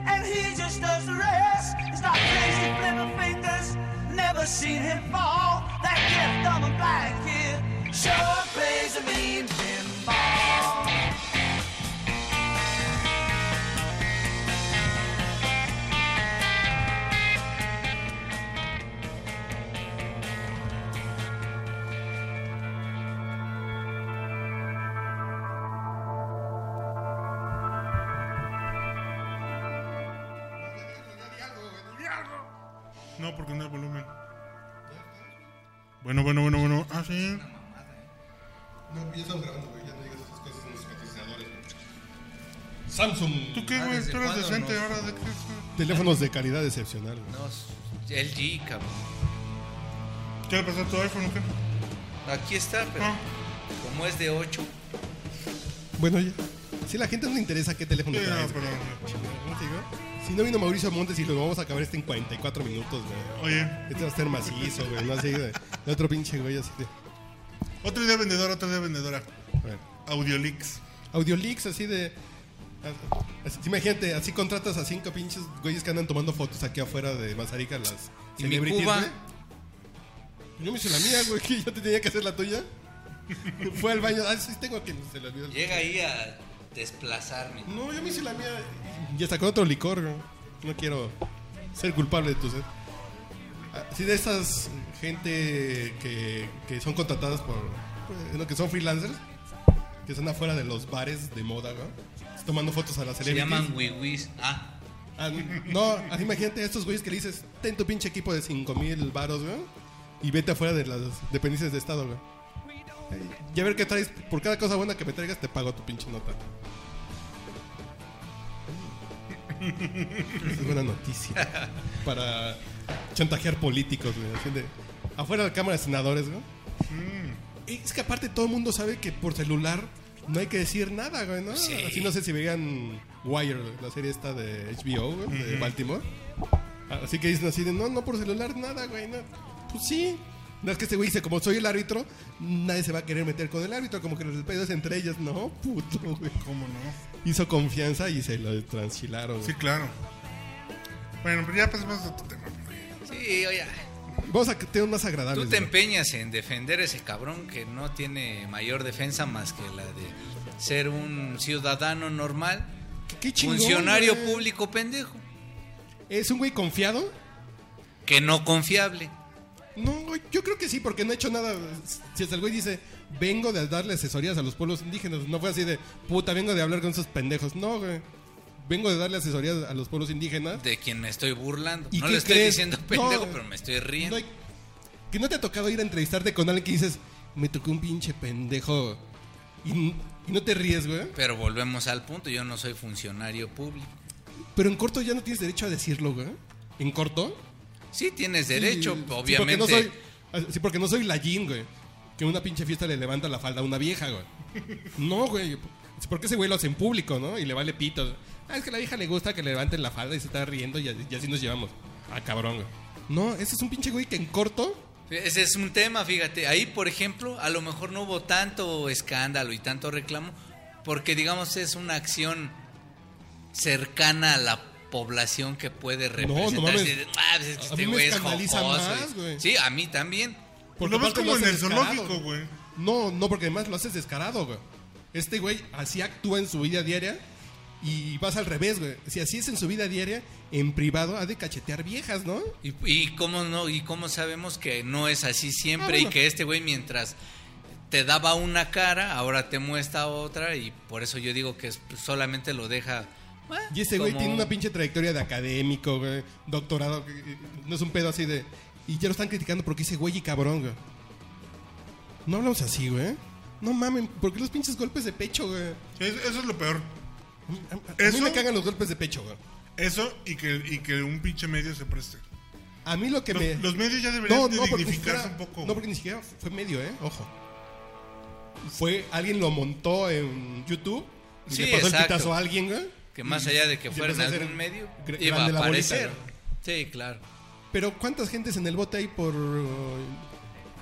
Speaker 8: and he just does the rest. He's not crazy, flipping fingers, never seen him fall. That deaf, dumb, and blind kid sure plays a mean pinball.
Speaker 1: No, porque no hay volumen. Bueno, bueno, bueno, bueno. Ah, sí.
Speaker 2: No, ya estamos grabando, güey. Ya no digas esas cosas en los patrocinadores. Samsung.
Speaker 1: ¿Tú qué, güey?
Speaker 3: ¿Desde
Speaker 1: Tú eres
Speaker 3: cuándo
Speaker 1: decente
Speaker 3: nos-
Speaker 1: ahora. ¿De qué es?
Speaker 2: Teléfonos de calidad excepcional, güey.
Speaker 3: No, s- LG, cabrón.
Speaker 1: ¿Qué le pasó a tu iPhone o qué?
Speaker 3: Aquí está, pero
Speaker 1: Ah.
Speaker 3: como es de 8,
Speaker 2: Bueno, ya. Si la gente no le interesa qué teléfono
Speaker 1: Sí,
Speaker 2: traes,
Speaker 1: no,
Speaker 2: güey.
Speaker 1: pero...
Speaker 2: ¿Cómo te digo? Si no vino Mauricio Montes y lo vamos a acabar este en 44 minutos, güey.
Speaker 1: Oye,
Speaker 2: Este va a estar macizo, güey. No así de, de otro pinche güey así de.
Speaker 1: otro día vendedora, otro día vendedora.
Speaker 2: Bueno.
Speaker 1: Audiolix.
Speaker 2: Audiolix así de. así- imagínate, así contratas a cinco pinches güeyes que andan tomando fotos aquí afuera de Mazarica, las
Speaker 3: ¿Y mi
Speaker 2: celebrities,
Speaker 3: Cuba?
Speaker 2: güey. Yo me hice la mía, güey, que yo te tenía que hacer la tuya. Fue al baño, ah, sí tengo que se le olvidó.
Speaker 3: llega ahí a desplazarme.
Speaker 2: No, yo me hice la mía. Y hasta con otro licor, güey. No quiero ser culpable de tu sed. Así de esas gente que, que son contratadas por. bueno, que son freelancers, que están afuera de los bares de moda, güey. Tomando fotos a las
Speaker 3: Se
Speaker 2: celebrities.
Speaker 3: llaman wiwis. Ah,
Speaker 2: Ah, No, así imagínate a estos güeyes que le dices, ten tu pinche equipo de 5 mil varos, güey, y vete afuera de las dependencias de Estado, güey. Eh, Ya ver qué traes, por cada cosa buena que me traigas, te pago tu pinche nota. Es buena noticia. Para chantajear políticos, güey. así de, afuera de la Cámara de Senadores, güey. Y Es que aparte todo el mundo sabe que por celular no hay que decir nada, güey, ¿no?
Speaker 3: Sí.
Speaker 2: Así no sé si veían Wire, la serie esta de HBO, güey, de Baltimore. Así que dicen así de, no, no por celular nada, güey, no. Pues sí. No es que este güey dice, como soy el árbitro, nadie se va a querer meter con el árbitro, como que los pedos entre ellas, no, puto, güey.
Speaker 1: ¿Cómo no?
Speaker 2: Hizo confianza y se lo transchilaron. güey.
Speaker 1: Sí, claro. Bueno, pero ya pasemos a otro tema.
Speaker 3: Sí, oye,
Speaker 2: Vamos a tener más agradables.
Speaker 3: tú te
Speaker 2: güey.
Speaker 3: empeñas en defender ese cabrón que no tiene mayor defensa más que la de ser un ciudadano normal,
Speaker 2: ¿Qué- qué chingón,
Speaker 3: funcionario
Speaker 2: güey?
Speaker 3: público pendejo,
Speaker 2: ¿Es un güey confiado?
Speaker 3: que no confiable.
Speaker 2: No, güey, yo creo que sí, porque no ha hecho nada. Si hasta el güey dice, vengo de darle asesorías a los pueblos indígenas, no fue así de, puta, vengo de hablar con esos pendejos. No, güey. Vengo de darle asesorías a los pueblos indígenas.
Speaker 3: de quien me estoy burlando.
Speaker 2: ¿Y
Speaker 3: No
Speaker 2: qué
Speaker 3: le estoy
Speaker 2: crees?
Speaker 3: diciendo
Speaker 2: No,
Speaker 3: pendejo,
Speaker 2: güey.
Speaker 3: pero me estoy
Speaker 2: No
Speaker 3: riendo.
Speaker 2: hay- que no te ha tocado ir a entrevistarte con alguien que dices, me tocó un pinche pendejo. Y, n- y no te ríes, güey.
Speaker 3: Pero volvemos al punto, yo no soy funcionario público.
Speaker 2: Pero en corto ya no tienes derecho a decirlo, güey. ¿En corto?
Speaker 3: Sí tienes derecho,
Speaker 2: Sí,
Speaker 3: obviamente.
Speaker 2: Sí, porque no soy, ah, sí, porque no soy la Jean, güey. Que una pinche fiesta le levanta la falda a una vieja, güey. No, güey. Sí, Porque ese güey lo hace en público, ¿no? Y le vale pito. Ah, es que a la vieja le gusta que le levanten la falda y se está riendo y, y así nos llevamos. Ah, cabrón, güey. No, ese es un pinche güey que en corto.
Speaker 3: Ese es un tema, fíjate. Ahí, por ejemplo, a lo mejor no hubo tanto escándalo y tanto reclamo, porque digamos es una acción cercana a la población que puede representar.
Speaker 2: mames.
Speaker 3: Así de, "Ah, pues es que
Speaker 2: A
Speaker 3: este
Speaker 2: mí me
Speaker 3: güey es
Speaker 2: escandaliza
Speaker 3: jocoso".
Speaker 2: más, güey.
Speaker 3: Sí, a mí también.
Speaker 1: Pues lo ves
Speaker 2: aparte
Speaker 1: como en
Speaker 2: haces
Speaker 1: el
Speaker 2: descarado,
Speaker 1: zoológico, güey.
Speaker 2: No, no, porque además lo haces descarado, güey. Este güey así actúa en su vida diaria y vas al revés, güey. Si así es en su vida diaria, en privado ha de cachetear viejas, ¿no?
Speaker 3: ¿Y, y cómo no? ¿Y cómo sabemos que no es así siempre
Speaker 2: Ah,
Speaker 3: y
Speaker 2: bueno.
Speaker 3: que este güey mientras te daba una cara, ahora te muestra otra y por eso yo digo que es- pues, solamente lo deja... ah,
Speaker 2: Y ese güey
Speaker 3: como-
Speaker 2: tiene una pinche trayectoria de académico, güey, doctorado, que- que- no es un pedo así de... Y ya lo están criticando porque ese güey y cabrón, güey. No hablamos así, güey. No mamen, ¿por qué los pinches golpes de pecho, güey?
Speaker 1: Es- Eso es lo peor.
Speaker 2: A, a- a mí
Speaker 1: ¿Eso?
Speaker 2: me cagan los golpes de pecho, güey.
Speaker 1: Eso y que, y que un pinche medio se preste.
Speaker 2: A mí lo que
Speaker 1: Los,
Speaker 2: me...
Speaker 1: los medios ya deberían
Speaker 2: no,
Speaker 1: de
Speaker 2: no, porque ni
Speaker 1: dignificarse
Speaker 2: siquiera,
Speaker 1: un poco.
Speaker 2: no, porque ni siquiera fue medio, ¿eh? Ojo. Fue... Alguien lo montó en YouTube. Y
Speaker 3: Sí,
Speaker 2: le pasó el
Speaker 3: exacto.
Speaker 2: pitazo a alguien, güey.
Speaker 3: Que más
Speaker 2: y-
Speaker 3: allá de que
Speaker 2: y
Speaker 3: fuera en
Speaker 2: empezó a hacer
Speaker 3: algún medio,
Speaker 2: gr-
Speaker 3: iba a
Speaker 2: grande la bolita,
Speaker 3: aparecer.
Speaker 2: güey.
Speaker 3: sí, claro.
Speaker 2: Pero ¿cuántas gentes en el bote hay por... eh,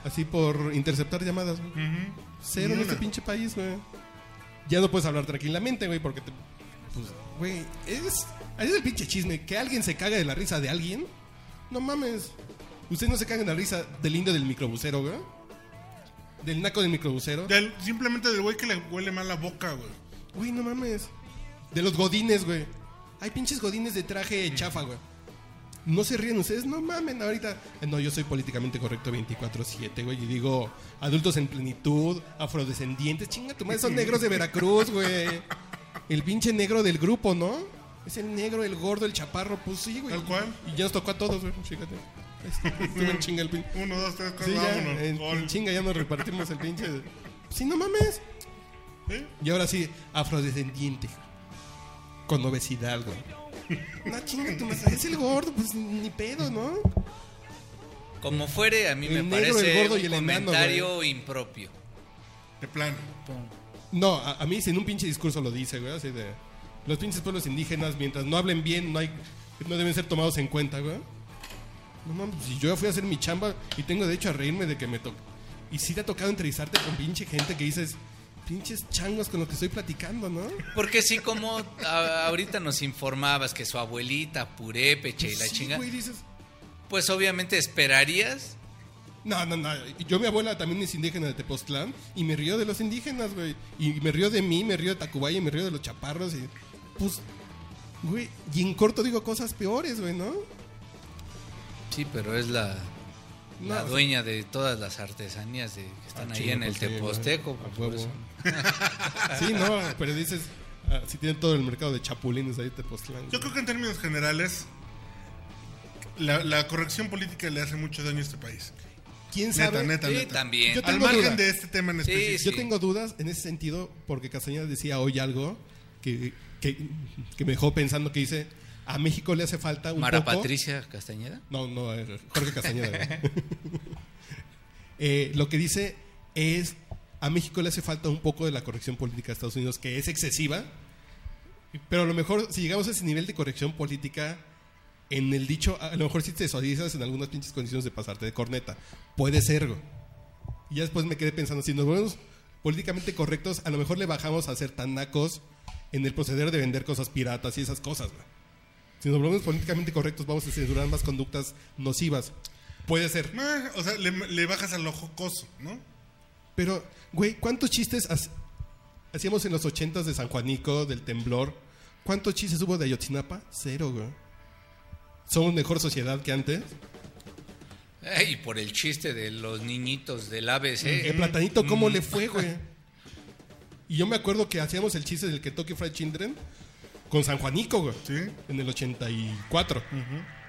Speaker 2: así por interceptar llamadas, güey?
Speaker 1: Ujú.
Speaker 2: Cero
Speaker 1: Ni
Speaker 2: en este
Speaker 1: una.
Speaker 2: pinche país, güey. Ya no puedes hablar tranquilamente, güey, porque te... Pues, güey, es... Ahí es el pinche chisme. Que alguien se cague de la risa de alguien. No mames. Ustedes no se cagan de la risa del indio del microbusero, güey. Del naco del microbusero.
Speaker 1: Del- simplemente del güey que le huele mal la boca, güey.
Speaker 2: Güey, no mames. De los godines, güey. Hay pinches godines de traje chafa, güey. No se ríen ustedes, no mamen ahorita. Eh, No, yo soy políticamente correcto 24-7, güey. Y digo, adultos en plenitud, afrodescendientes, chinga tu madre, son negros de Veracruz, güey. El pinche negro del grupo, ¿no? Es el negro, el gordo, el chaparro, pues sí, güey.
Speaker 1: Tal cual.
Speaker 2: Y ya nos tocó a todos, güey, fíjate. Este, Estuvo en chinga el pinche.
Speaker 1: Uno, dos, tres, cuatro,
Speaker 2: Sí,
Speaker 1: vámonos.
Speaker 2: ya, en,
Speaker 1: Gol.
Speaker 2: en chinga ya nos repartimos el pinche. pues, Sí, no mames.
Speaker 1: ¿Eh?
Speaker 2: Y ahora sí, afrodescendiente. Con obesidad, güey. No, chinga, tú más. Es el gordo, pues ni pedo, ¿no?
Speaker 3: Como fuere, a mí
Speaker 2: El
Speaker 3: me
Speaker 2: negro, el
Speaker 3: parece
Speaker 2: gordo
Speaker 3: un
Speaker 2: y el enano,
Speaker 3: comentario impropio.
Speaker 1: De plano.
Speaker 2: No, a, a mí sin un pinche discurso lo dice, güey. Así de. Los pinches pueblos indígenas, mientras no hablen bien, no hay no deben ser tomados en cuenta, güey. No mames, si yo ya fui a hacer mi chamba y tengo derecho a reírme de que me toque. Y si te ha tocado entrevistarte con pinche gente que dices, pinches changos con los que estoy platicando, ¿no?
Speaker 3: Porque sí, como a- ahorita nos informabas que su abuelita, purépeche y la
Speaker 2: Sí,
Speaker 3: chinga,
Speaker 2: güey, dices,
Speaker 3: pues obviamente esperarías
Speaker 2: No, no, no. Yo, mi abuela también es indígena de Tepoztlán y me río de los indígenas, güey. Y me río de mí, me río de Tacubaya, me río de los chaparros y. Pues. Güey, y en corto digo cosas peores, güey, ¿no?
Speaker 3: Sí, pero es la,
Speaker 2: No,
Speaker 3: la
Speaker 2: o sea-
Speaker 3: dueña de todas las artesanías
Speaker 1: Ah,
Speaker 3: de, que están ahí
Speaker 2: Chinga,
Speaker 3: en el
Speaker 2: pues, sí,
Speaker 3: Teposteco.
Speaker 2: güey, a
Speaker 3: por
Speaker 2: huevo.
Speaker 3: eso.
Speaker 2: Sí, no, pero dices. Ah, sí tienen todo el mercado de chapulines ahí de Tepoztlán.
Speaker 1: Yo creo que en términos generales, la, la corrección política le hace mucho daño a este país.
Speaker 2: ¿Quién sabe?
Speaker 1: Neta, neta,
Speaker 3: Sí,
Speaker 1: neta.
Speaker 3: también.
Speaker 2: Yo
Speaker 1: Al
Speaker 2: tengo
Speaker 1: margen
Speaker 2: duda.
Speaker 1: de este tema en específico.
Speaker 2: Yo
Speaker 3: Sí.
Speaker 2: tengo dudas en ese sentido porque Castañeda decía hoy algo que, que, que me dejó pensando que dice, a México le hace falta un
Speaker 3: Mara
Speaker 2: poco...
Speaker 3: Patricia Castañeda.
Speaker 2: No, no, eh, Jorge Castañeda. güey. Eh, lo que dice es, a México le hace falta un poco de la corrección política de Estados Unidos, que es excesiva, pero a lo mejor si llegamos a ese nivel de corrección política, en el dicho, a lo mejor si te desorganizas en algunas pinches condiciones de pasarte de corneta, puede ser. güey. Y ya después me quedé pensando, si nos volvemos políticamente correctos, a lo mejor le bajamos a ser tan nacos en el proceder de vender cosas piratas y esas cosas, güey. Si nos volvemos políticamente correctos, vamos a censurar más conductas nocivas. Puede ser.
Speaker 1: Ah, o sea, le, le bajas a lo jocoso, ¿no?
Speaker 2: Pero, güey, ¿cuántos chistes hac- hacíamos en los ochentas de San Juanico, del temblor? ¿Cuántos chistes hubo de Ayotzinapa? Cero, güey. Somos mejor sociedad que antes.
Speaker 3: Eh, y por el chiste de los niñitos del ABC.
Speaker 1: Eh,
Speaker 2: El platanito,
Speaker 1: mm.
Speaker 3: Mm.
Speaker 2: ¿cómo le fue, güey? Y yo me acuerdo que hacíamos el chiste del Kentucky Fried Children con San Juanico, güey.
Speaker 1: Sí.
Speaker 2: En el 84.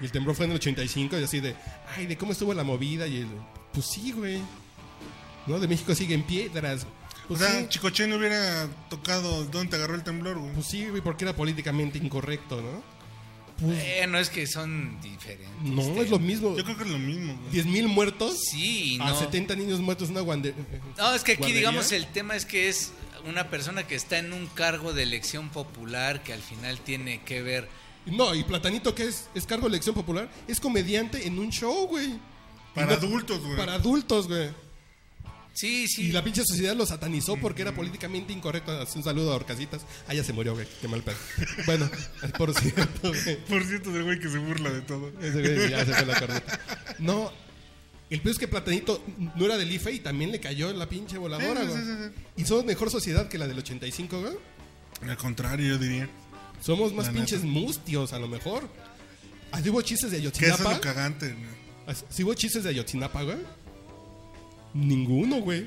Speaker 2: Y el temblor fue en el 85 y así de, ay, de cómo estuvo la movida y el, pues sí, güey. ¿No? De México sigue en piedras.
Speaker 1: O
Speaker 2: Pues,
Speaker 1: sea,
Speaker 2: sí,
Speaker 1: Chicoche no hubiera tocado dónde te agarró el temblor, güey.
Speaker 2: pues sí, güey, porque era políticamente incorrecto, ¿no? Pues,
Speaker 3: Eh, no es que son diferentes. este,
Speaker 2: No, es lo mismo.
Speaker 1: Yo creo que es lo mismo, güey.
Speaker 2: 10.000 muertos
Speaker 3: Sí, y
Speaker 2: a
Speaker 3: no.
Speaker 2: 70 niños muertos en una guande-
Speaker 3: No, es que aquí,
Speaker 2: guardería.
Speaker 3: digamos, el tema es que es una persona que está en un cargo de elección popular que al final tiene que ver.
Speaker 2: No, y Platanito, que es? Es cargo de elección popular. Es comediante en un show, güey.
Speaker 1: Para
Speaker 2: Y
Speaker 1: adultos, güey.
Speaker 2: Para adultos, güey.
Speaker 3: Sí, sí.
Speaker 2: Y la pinche sociedad lo satanizó porque era políticamente incorrecto. Hace un saludo a Orcasitas. Ah, ya se murió, güey. Qué mal pedo. Bueno, por cierto, güey.
Speaker 1: Por cierto, del güey que se burla de todo.
Speaker 2: Ese güey ya se fue la corneta. No, el peor es que Platanito no era del IFE y también le cayó en la pinche voladora,
Speaker 1: Sí, sí,
Speaker 2: güey.
Speaker 1: sí, sí.
Speaker 2: Y somos mejor sociedad que la del 85, güey.
Speaker 1: Al contrario, yo diría.
Speaker 2: Somos más
Speaker 1: La
Speaker 2: pinches mustios, a lo mejor. Así hubo chistes de
Speaker 1: Que eso es
Speaker 2: Ayotzinapa. Ah,
Speaker 1: lo cagante, güey.
Speaker 2: ¿Sí hubo chistes de Ayotzinapa, güey? Ninguno, güey.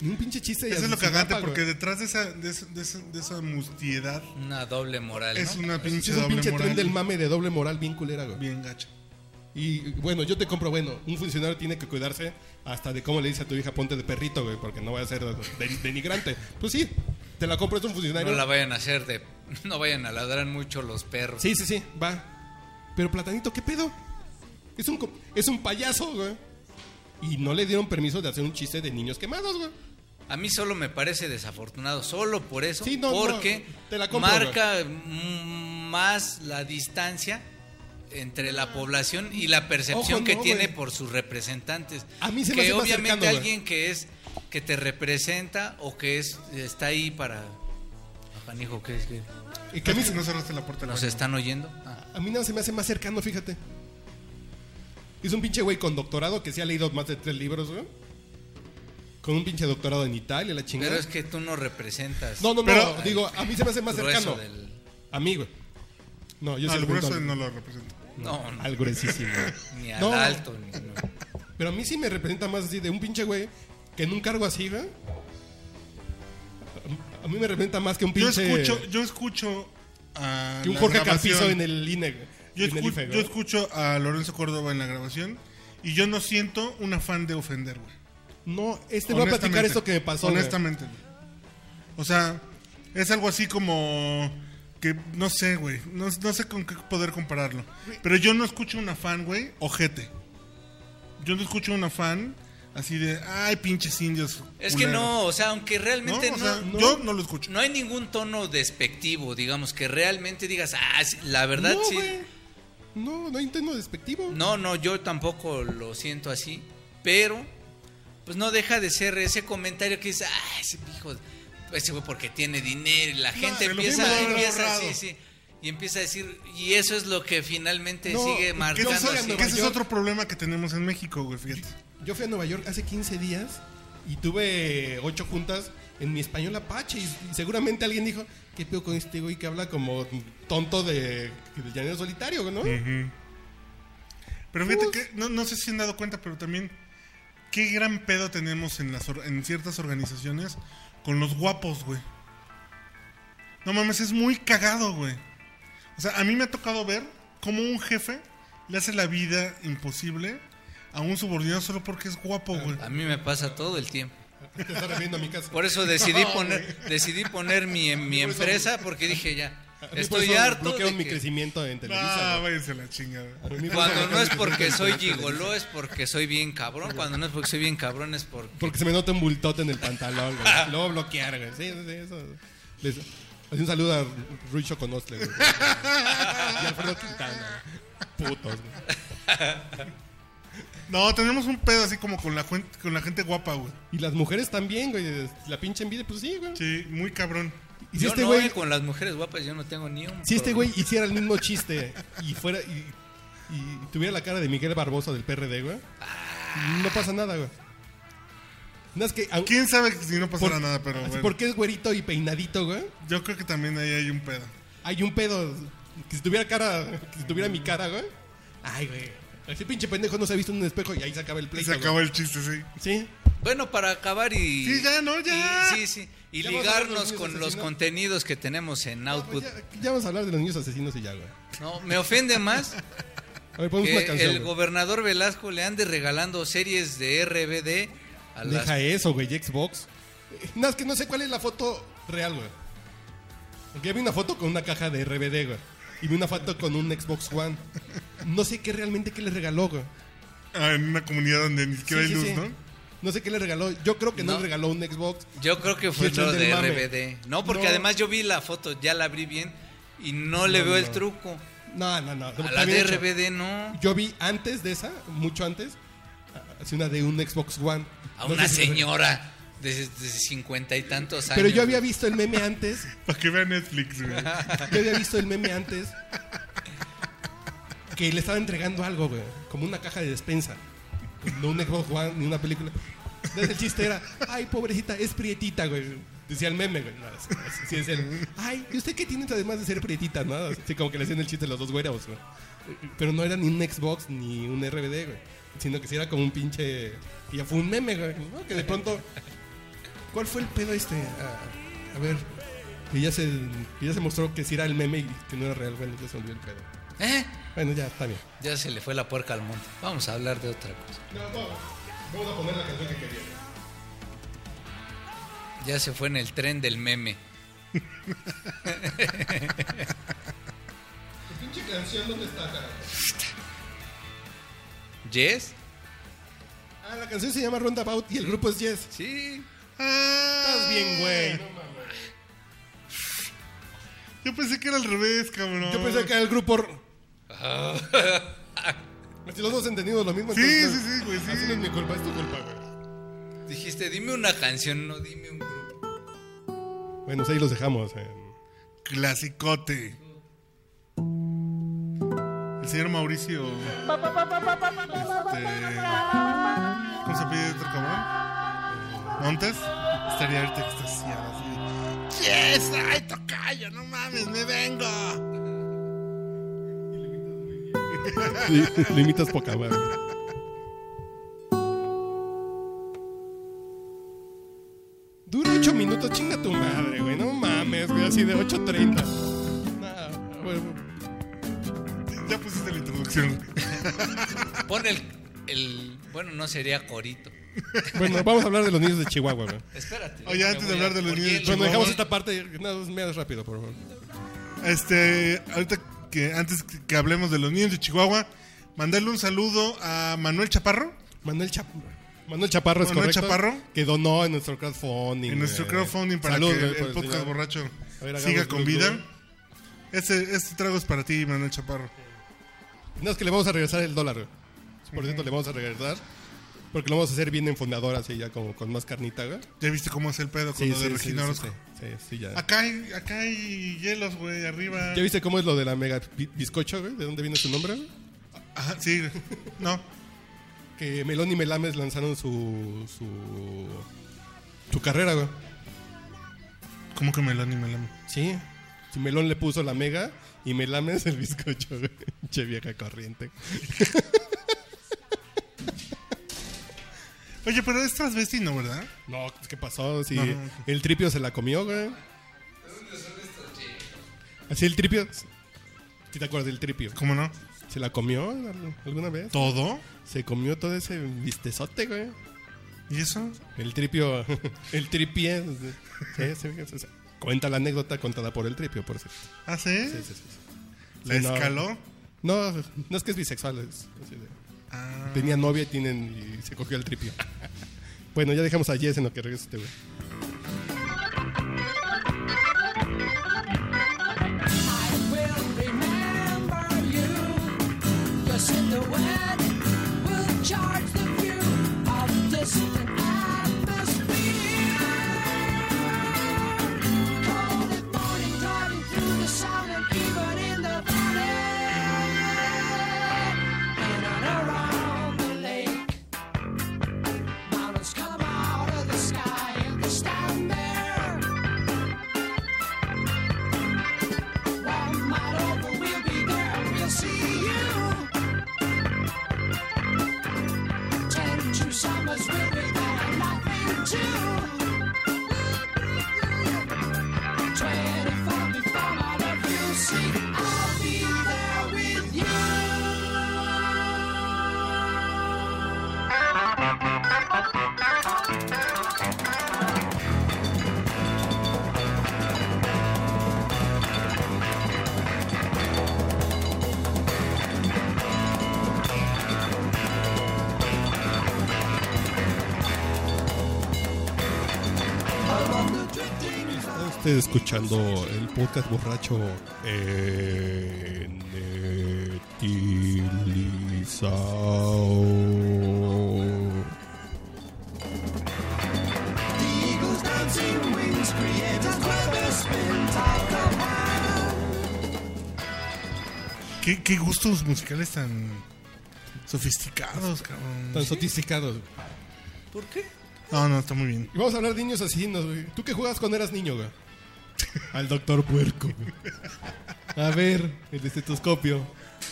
Speaker 2: Ni un pinche chiste de
Speaker 1: Eso es lo cagante
Speaker 2: Ayotzinapa,
Speaker 1: porque
Speaker 2: güey.
Speaker 1: detrás de esa, de esa, de esa- de esa mustiedad
Speaker 3: Una doble moral.
Speaker 1: es
Speaker 3: ¿no? Pues,
Speaker 1: una pinche
Speaker 2: Es un
Speaker 1: doble
Speaker 2: pinche
Speaker 1: moral
Speaker 2: tren del mame de doble moral bien culera, güey.
Speaker 1: bien gacha.
Speaker 2: Y bueno, yo te compro, bueno, un funcionario tiene que cuidarse hasta de cómo le dice a tu hija ponte de perrito, güey, porque no va a ser den- denigrante. Pues sí, te la compro, es un funcionario.
Speaker 3: No la vayan a hacer de. No vayan a ladrar mucho los perros.
Speaker 2: Sí, sí, sí, va. Pero Platanito, ¿qué pedo? Es un, co- es un payaso, güey. Y no le dieron permiso de hacer un chiste de niños quemados, güey.
Speaker 3: A mí solo me parece desafortunado, solo por eso,
Speaker 2: Sí, no,
Speaker 3: porque
Speaker 2: no, te la compro,
Speaker 3: marca mm, más la distancia entre la población y la percepción
Speaker 2: Ah. Ojo,
Speaker 3: que
Speaker 2: no,
Speaker 3: tiene
Speaker 2: güey.
Speaker 3: por sus representantes.
Speaker 2: A mí se me
Speaker 3: que
Speaker 2: hace más
Speaker 3: obviamente
Speaker 2: cercano, güey.
Speaker 3: alguien que es que te representa o que es está ahí para Apanijo, ¿qué es que
Speaker 2: Y que a
Speaker 1: ¿Qué
Speaker 2: mí,
Speaker 1: no cerraste la puerta?
Speaker 3: nos
Speaker 1: güey.
Speaker 3: están oyendo? Ah.
Speaker 2: a mí nada se me hace más cercano, fíjate. Es un pinche güey con doctorado que sí ha leído más de tres libros, güey. Con un pinche doctorado en Italia, la chingada.
Speaker 3: Pero es que tú no representas.
Speaker 2: No, no, no,
Speaker 1: Pero-
Speaker 2: digo, a mí se me hace más
Speaker 3: grueso
Speaker 2: cercano.
Speaker 3: del-
Speaker 2: A mí, güey. No, yo
Speaker 1: No,
Speaker 2: soy
Speaker 1: el grueso
Speaker 2: al,
Speaker 1: no lo representa.
Speaker 3: no, no,
Speaker 2: al gruesísimo.
Speaker 3: ni al
Speaker 2: No.
Speaker 3: alto. ni- no.
Speaker 2: Pero a mí sí me representa más así de un pinche güey que en un cargo así, güey. A- A mí me representa más que un
Speaker 1: Yo
Speaker 2: pinche.
Speaker 1: escucho, yo escucho a
Speaker 2: que un
Speaker 1: la
Speaker 2: Jorge
Speaker 1: grabación.
Speaker 2: Carpizo en el INE, güey.
Speaker 1: Yo,
Speaker 2: en el
Speaker 1: escu-
Speaker 2: IFE,
Speaker 1: yo
Speaker 2: güey.
Speaker 1: escucho a Lorenzo Córdoba en la grabación y yo no siento un afán de ofender, güey.
Speaker 2: No, este voy a platicar
Speaker 1: Honestamente.
Speaker 2: esto que me pasó. güey.
Speaker 1: Honestamente, güey. O sea, es algo así como que no sé, güey. No, no sé con qué poder compararlo. Pero yo no escucho un afán, güey, ojete. Yo no escucho un afán así de, ay, pinches indios.
Speaker 3: Es que no, o sea, aunque
Speaker 1: culeros".
Speaker 3: realmente
Speaker 1: No, o
Speaker 3: no,
Speaker 1: sea,
Speaker 3: no-
Speaker 1: Yo no lo escucho.
Speaker 3: No hay ningún tono despectivo, digamos, que realmente digas, ah, sí, la verdad
Speaker 2: no,
Speaker 3: sí.
Speaker 2: güey. No, no hay intento despectivo.
Speaker 3: No, no, yo tampoco lo siento así, pero pues no deja de ser ese comentario que dice, ah, ese hijo, ese güey porque tiene dinero y la gente
Speaker 1: se lo
Speaker 3: empieza,
Speaker 1: fuimos a haber
Speaker 3: empieza,
Speaker 1: ahorrado.
Speaker 3: sí, sí, y empieza a decir, y eso es lo que finalmente
Speaker 2: No, que
Speaker 3: sigue
Speaker 2: no
Speaker 1: Que
Speaker 3: marcando.
Speaker 1: ese, es-
Speaker 3: así.
Speaker 2: Nueva
Speaker 1: que ese es
Speaker 2: York.
Speaker 1: otro problema que tenemos en México, güey, fíjate.
Speaker 2: Yo fui a Nueva York hace 15 días y tuve ocho juntas en mi español apache. Y y seguramente alguien dijo, ¿qué pedo con este güey que habla como tonto de, del llanero solitario, no?
Speaker 1: Pero fíjate que, no, no sé si han dado cuenta, pero también, qué gran pedo tenemos en, las, or- en ciertas organizaciones con los guapos, güey. No mames, es muy cagado, güey. O sea, a mí me ha tocado ver cómo un jefe le hace la vida imposible a un subordinado solo porque es guapo,
Speaker 2: Ah,
Speaker 1: güey.
Speaker 3: A mí me pasa todo el tiempo.
Speaker 2: Te está refiriendo a mi casa.
Speaker 3: Por eso decidí poner, decidí poner mi,
Speaker 2: Por
Speaker 3: mi
Speaker 2: eso-
Speaker 3: empresa porque dije ya,
Speaker 2: A mí por
Speaker 3: estoy
Speaker 2: eso
Speaker 3: harto.
Speaker 2: Bloqueo
Speaker 3: de
Speaker 2: mi
Speaker 3: que-
Speaker 2: crecimiento en Televisa.
Speaker 1: Ah,
Speaker 2: güey.
Speaker 1: váyanse a la chingada.
Speaker 2: A mí por eso
Speaker 3: Cuando no
Speaker 2: bloquean
Speaker 3: es
Speaker 2: mi
Speaker 3: porque
Speaker 2: crecimiento
Speaker 3: soy
Speaker 2: en Televisa.
Speaker 3: gigoló, es porque soy bien cabrón. Cuando no es porque soy bien cabrón, es porque.
Speaker 2: Porque se me nota un bultote en el pantalón, güey. Luego bloquear, güey. Sí, sí, sí, eso. Les... Así un saludo a Ruicho Conostle, güey. y Alfredo Quintana. güey. Putos, güey.
Speaker 1: No, tenemos un pedo así como con la, cuen- con la gente guapa, güey.
Speaker 2: Y las mujeres también, güey. La pinche envidia, pues sí, güey.
Speaker 1: Sí, muy cabrón.
Speaker 2: Y si
Speaker 3: yo
Speaker 2: este
Speaker 3: no,
Speaker 2: güey.
Speaker 3: eh, con las mujeres guapas yo no tengo ni un.
Speaker 2: Si este
Speaker 3: problema.
Speaker 2: güey hiciera el mismo chiste y fuera. Y, y tuviera la cara de Miguel Barbosa del PRD, güey. No pasa nada, güey. No es que. aunque-
Speaker 1: ¿Quién sabe si no pasará
Speaker 2: por-
Speaker 1: nada? Pero
Speaker 2: así
Speaker 1: bueno,
Speaker 2: Porque es güerito y peinadito, güey.
Speaker 1: yo creo que también ahí hay un pedo.
Speaker 2: Hay un pedo. Que si tuviera cara. Que si tuviera mi cara, güey. Ay, güey. Ese pinche pendejo no se ha visto en un espejo y ahí se acaba el pleito.
Speaker 1: Se
Speaker 2: güey.
Speaker 1: acabó el chiste, sí.
Speaker 2: Sí.
Speaker 3: Bueno, para acabar y.
Speaker 1: Sí, ya, no, ya.
Speaker 3: y- sí, sí. Y
Speaker 2: Ya vamos a hablar de los
Speaker 3: ligarnos
Speaker 2: niños
Speaker 3: con los
Speaker 2: asesinos.
Speaker 3: contenidos que tenemos en Output.
Speaker 2: Pues Ya, ya vamos a hablar de los niños asesinos y ya, güey.
Speaker 3: No, me ofende más
Speaker 2: A ver, ponemos
Speaker 3: que
Speaker 2: una canción.
Speaker 3: el
Speaker 2: güey.
Speaker 3: gobernador Velasco le ande regalando series de RBD a las
Speaker 2: Deja eso, güey, y Xbox. Eh, No, es que no sé cuál es la foto real, güey. Porque vi una foto con una caja de RBD, güey. Y vi una foto con un Xbox One. No sé qué realmente que le regaló, güey.
Speaker 1: Ah, en una comunidad donde ni siquiera
Speaker 2: Sí,
Speaker 1: hay
Speaker 2: sí,
Speaker 1: luz,
Speaker 2: sí.
Speaker 1: ¿no?
Speaker 2: No sé qué le regaló. Yo creo que no,
Speaker 3: No.
Speaker 2: le regaló un Xbox.
Speaker 3: Yo creo que fue
Speaker 2: Yo
Speaker 3: lo
Speaker 2: del
Speaker 3: de
Speaker 2: mame.
Speaker 3: RBD. No, porque
Speaker 2: No.
Speaker 3: además yo vi la foto, ya la abrí bien y no le veo el truco.
Speaker 2: No, no, no.
Speaker 3: A
Speaker 2: Está
Speaker 3: la de
Speaker 2: bien hecho.
Speaker 3: RBD no.
Speaker 2: Yo vi antes de esa, mucho antes, así una de un Xbox One.
Speaker 3: A
Speaker 2: No
Speaker 3: una
Speaker 2: sé si le regaló.
Speaker 3: señora de de cincuenta y tantos años.
Speaker 2: Pero yo había visto el meme antes.
Speaker 1: Para que vea Netflix, güey.
Speaker 2: Yo había visto el meme antes que le estaba entregando algo, güey, como una caja de despensa. No un Xbox One ni una película. Entonces el chiste era, ay, pobrecita, es prietita, güey. Decía el meme, güey. No, es- es- sí, es el, ay, ¿y usted qué tiene además de ser prietita, no? Así como que le hacían el chiste a los dos güeros, güey. Pero no era ni un Xbox ni un RBD, güey. Sino que sí era como un pinche. Y ya fue un meme, güey. ¿no? Que de pronto. ¿Cuál fue el pedo este? A, a ver. Que ya, se, que ya se mostró que sí era el meme y que no era real, güey. Ya se olvidó el pedo.
Speaker 3: ¿Eh?
Speaker 2: Bueno, ya está bien.
Speaker 3: Ya se le fue la puerca al monte. Vamos a hablar de otra cosa.
Speaker 2: Vamos a poner la canción que quería.
Speaker 3: Ya se fue en el tren del meme.
Speaker 2: Pinche canción, ¿dónde está, carajo?
Speaker 3: ¿Yes?
Speaker 2: Ah, la canción se llama Roundabout y el grupo es Yes.
Speaker 3: Sí.
Speaker 2: Estás bien, güey.
Speaker 1: Yo pensé que era al revés, cabrón.
Speaker 2: Yo pensé que era el grupo. R- Ah. Si los dos entendimos lo mismo,
Speaker 1: Sí,
Speaker 2: entonces-
Speaker 1: sí, sí, güey, sí.
Speaker 2: Así no es mi culpa, es tu culpa, güey.
Speaker 3: Dijiste, dime una canción, no dime un grupo.
Speaker 2: Bueno, pues ahí los dejamos. en-
Speaker 1: Clasicote. El señor Mauricio. Este, ¿Cómo se pide otro cabrón? ¿Montes? Estaría ahorita extasiado así. de, ¡Yes! ¡Ay, tocayo! ¡No mames! ¡Me vengo!
Speaker 2: Sí, lo imitas poca madre. Dura 8 minutos, chinga tu madre, güey. No mames, güey, así de 8.30. Nah, güey,
Speaker 1: Ya pusiste la introducción.
Speaker 3: Pon el, el. Bueno, no sería corito.
Speaker 2: bueno, vamos a hablar de los niños de Chihuahua, güey.
Speaker 3: Espérate.
Speaker 1: Oye, antes de hablar de los niños de
Speaker 2: Bueno,
Speaker 1: Chihuahua.
Speaker 2: dejamos esta parte, nada más me das rápido, por favor.
Speaker 1: Este, ahorita que antes que, que hablemos de los niños de Chihuahua, mandarle un saludo a Manuel Chaparro
Speaker 2: Manuel, Chap- Manuel Chaparro es
Speaker 1: Manuel
Speaker 2: correcto.
Speaker 1: Chaparro.
Speaker 2: Que donó en nuestro crowdfunding.
Speaker 1: en nuestro
Speaker 2: güey.
Speaker 1: crowdfunding para
Speaker 2: Salud,
Speaker 1: que
Speaker 2: güey,
Speaker 1: el,
Speaker 2: por el
Speaker 1: podcast
Speaker 2: señor.
Speaker 1: borracho
Speaker 2: A ver, hagamos
Speaker 1: siga con
Speaker 2: glu,
Speaker 1: vida.
Speaker 2: glu.
Speaker 1: Este, este trago es para ti, Manuel Chaparro.
Speaker 2: No, es que le vamos a regresar el dólar. güey. Por cierto, le vamos a regresar. Porque lo vamos a hacer bien en fundador, así ya como con más carnita, güey.
Speaker 1: ¿Ya viste cómo es el pedo con lo de Regina
Speaker 2: sí,
Speaker 1: Orozco? Ah,
Speaker 2: sí, sí, sí, ya.
Speaker 1: Acá hay, acá hay hielos, güey, arriba.
Speaker 2: ¿Ya viste cómo es lo de la mega bi- bizcocho, güey? ¿De dónde viene su nombre? güey?
Speaker 1: Ajá, sí, güey. no.
Speaker 2: Que Melón y Melames lanzaron su. su. su carrera, güey.
Speaker 1: ¿Cómo que Melón y Melón?
Speaker 2: Sí. Si Melón le puso la mega y Melames el bizcocho, güey. Che vieja corriente.
Speaker 1: Oye, pero es transvestino, ¿verdad?
Speaker 2: No, ¿qué pasó? Si
Speaker 1: No, no, no.
Speaker 2: el tripio se la comió, güey. Así el tripio. ¿Sí te acuerdas del tripio?
Speaker 1: ¿Cómo no?
Speaker 2: ¿Se la comió alguna vez?
Speaker 1: ¿Todo?
Speaker 2: Se comió todo ese vistezote, güey.
Speaker 1: ¿Y eso?
Speaker 2: El tripio. El tripié. Sí, sí, sí, sí. Cuenta la anécdota contada por el tripio, por cierto.
Speaker 1: ¿Ah, sí?
Speaker 2: Sí, sí, sí, sí.
Speaker 1: ¿La
Speaker 2: no.
Speaker 1: escaló?
Speaker 2: No, no es que es bisexual. es así de-
Speaker 1: Ah.
Speaker 2: Tenía novia y, tienen, y se cogió el tripio. bueno, ya dejamos a Jess en lo que regresa este güey.
Speaker 8: Come out of the sky and they stand there. One mile over, we'll be there and we'll see you. Ten true summers, we'll be there and nothing too. Twenty-four before my love, you see, I'll be there with you.
Speaker 2: Está usted escuchando el podcast borracho en Etilizao.
Speaker 1: ¿Qué, qué gustos musicales tan sofisticados, cabrón.
Speaker 2: Tan sofisticados.
Speaker 3: ¿Por qué?
Speaker 1: No, no, está muy bien.
Speaker 2: Y vamos a hablar de niños asesinos, güey. ¿Tú qué jugabas cuando eras niño, güey? Al doctor puerco. güey. A ver, el estetoscopio.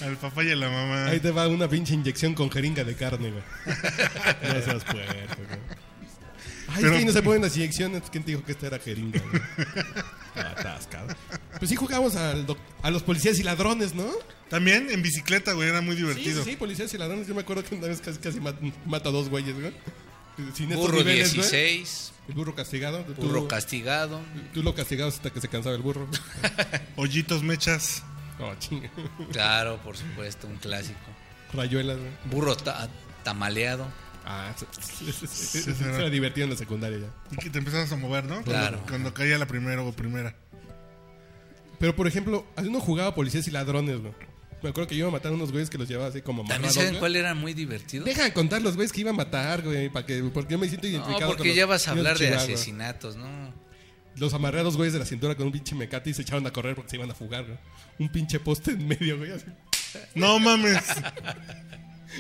Speaker 1: Al papá y a la mamá.
Speaker 2: Ahí te va una pinche inyección con jeringa de carne, güey. No seas puerco, güey. Ay,
Speaker 1: Pero-
Speaker 2: es que ahí no se ponen las inyecciones. ¿Quién te dijo que esta era jeringa, güey? Atascado. Pues sí jugábamos al doc- a los policías y ladrones, ¿no?
Speaker 1: También en bicicleta, güey, era muy
Speaker 2: Sí,
Speaker 1: divertido.
Speaker 2: sí, sí, policías y ladrones. Yo me acuerdo que una vez casi, casi mat- mata a dos güeyes, güey. Sin estos
Speaker 3: Burro
Speaker 2: niveles, güey.
Speaker 3: 16,
Speaker 2: El burro castigado. Tú-
Speaker 3: burro castigado.
Speaker 2: Tú lo castigabas hasta que se cansaba el burro.
Speaker 1: Hoyitos, mechas.
Speaker 2: No, chinga.
Speaker 3: Claro, por supuesto, un clásico.
Speaker 2: Rayuelas, güey.
Speaker 3: Burro ta- tamaleado.
Speaker 2: Ah, eso, eso- eso-
Speaker 1: Sí,
Speaker 2: eso
Speaker 1: sí,
Speaker 2: era
Speaker 1: sí.
Speaker 2: divertido en la secundaria ya.
Speaker 1: Y que te empezabas a mover, ¿no? Cuando-
Speaker 3: Claro.
Speaker 1: Cuando, caía la primera o primera.
Speaker 2: Pero por ejemplo, así uno jugaba policías y ladrones, güey. Me acuerdo que iba a matar a unos güeyes que los llevaba así como
Speaker 3: ¿También
Speaker 2: amarrados.
Speaker 3: saben
Speaker 2: güey.
Speaker 3: cuál era muy divertido?
Speaker 2: Deja de contar los güeyes que iba a matar, güey, para que, porque yo me siento
Speaker 3: No,
Speaker 2: identificado. con
Speaker 3: porque
Speaker 2: los
Speaker 3: ya vas a
Speaker 2: niños
Speaker 3: hablar de
Speaker 2: Chihuahua.
Speaker 3: asesinatos, ¿no?
Speaker 2: Los amarré a los güeyes de la cintura con un pinche mecate y se echaron a correr porque se iban a fugar, güey. Un pinche poste en medio, güey. así.
Speaker 1: No mames.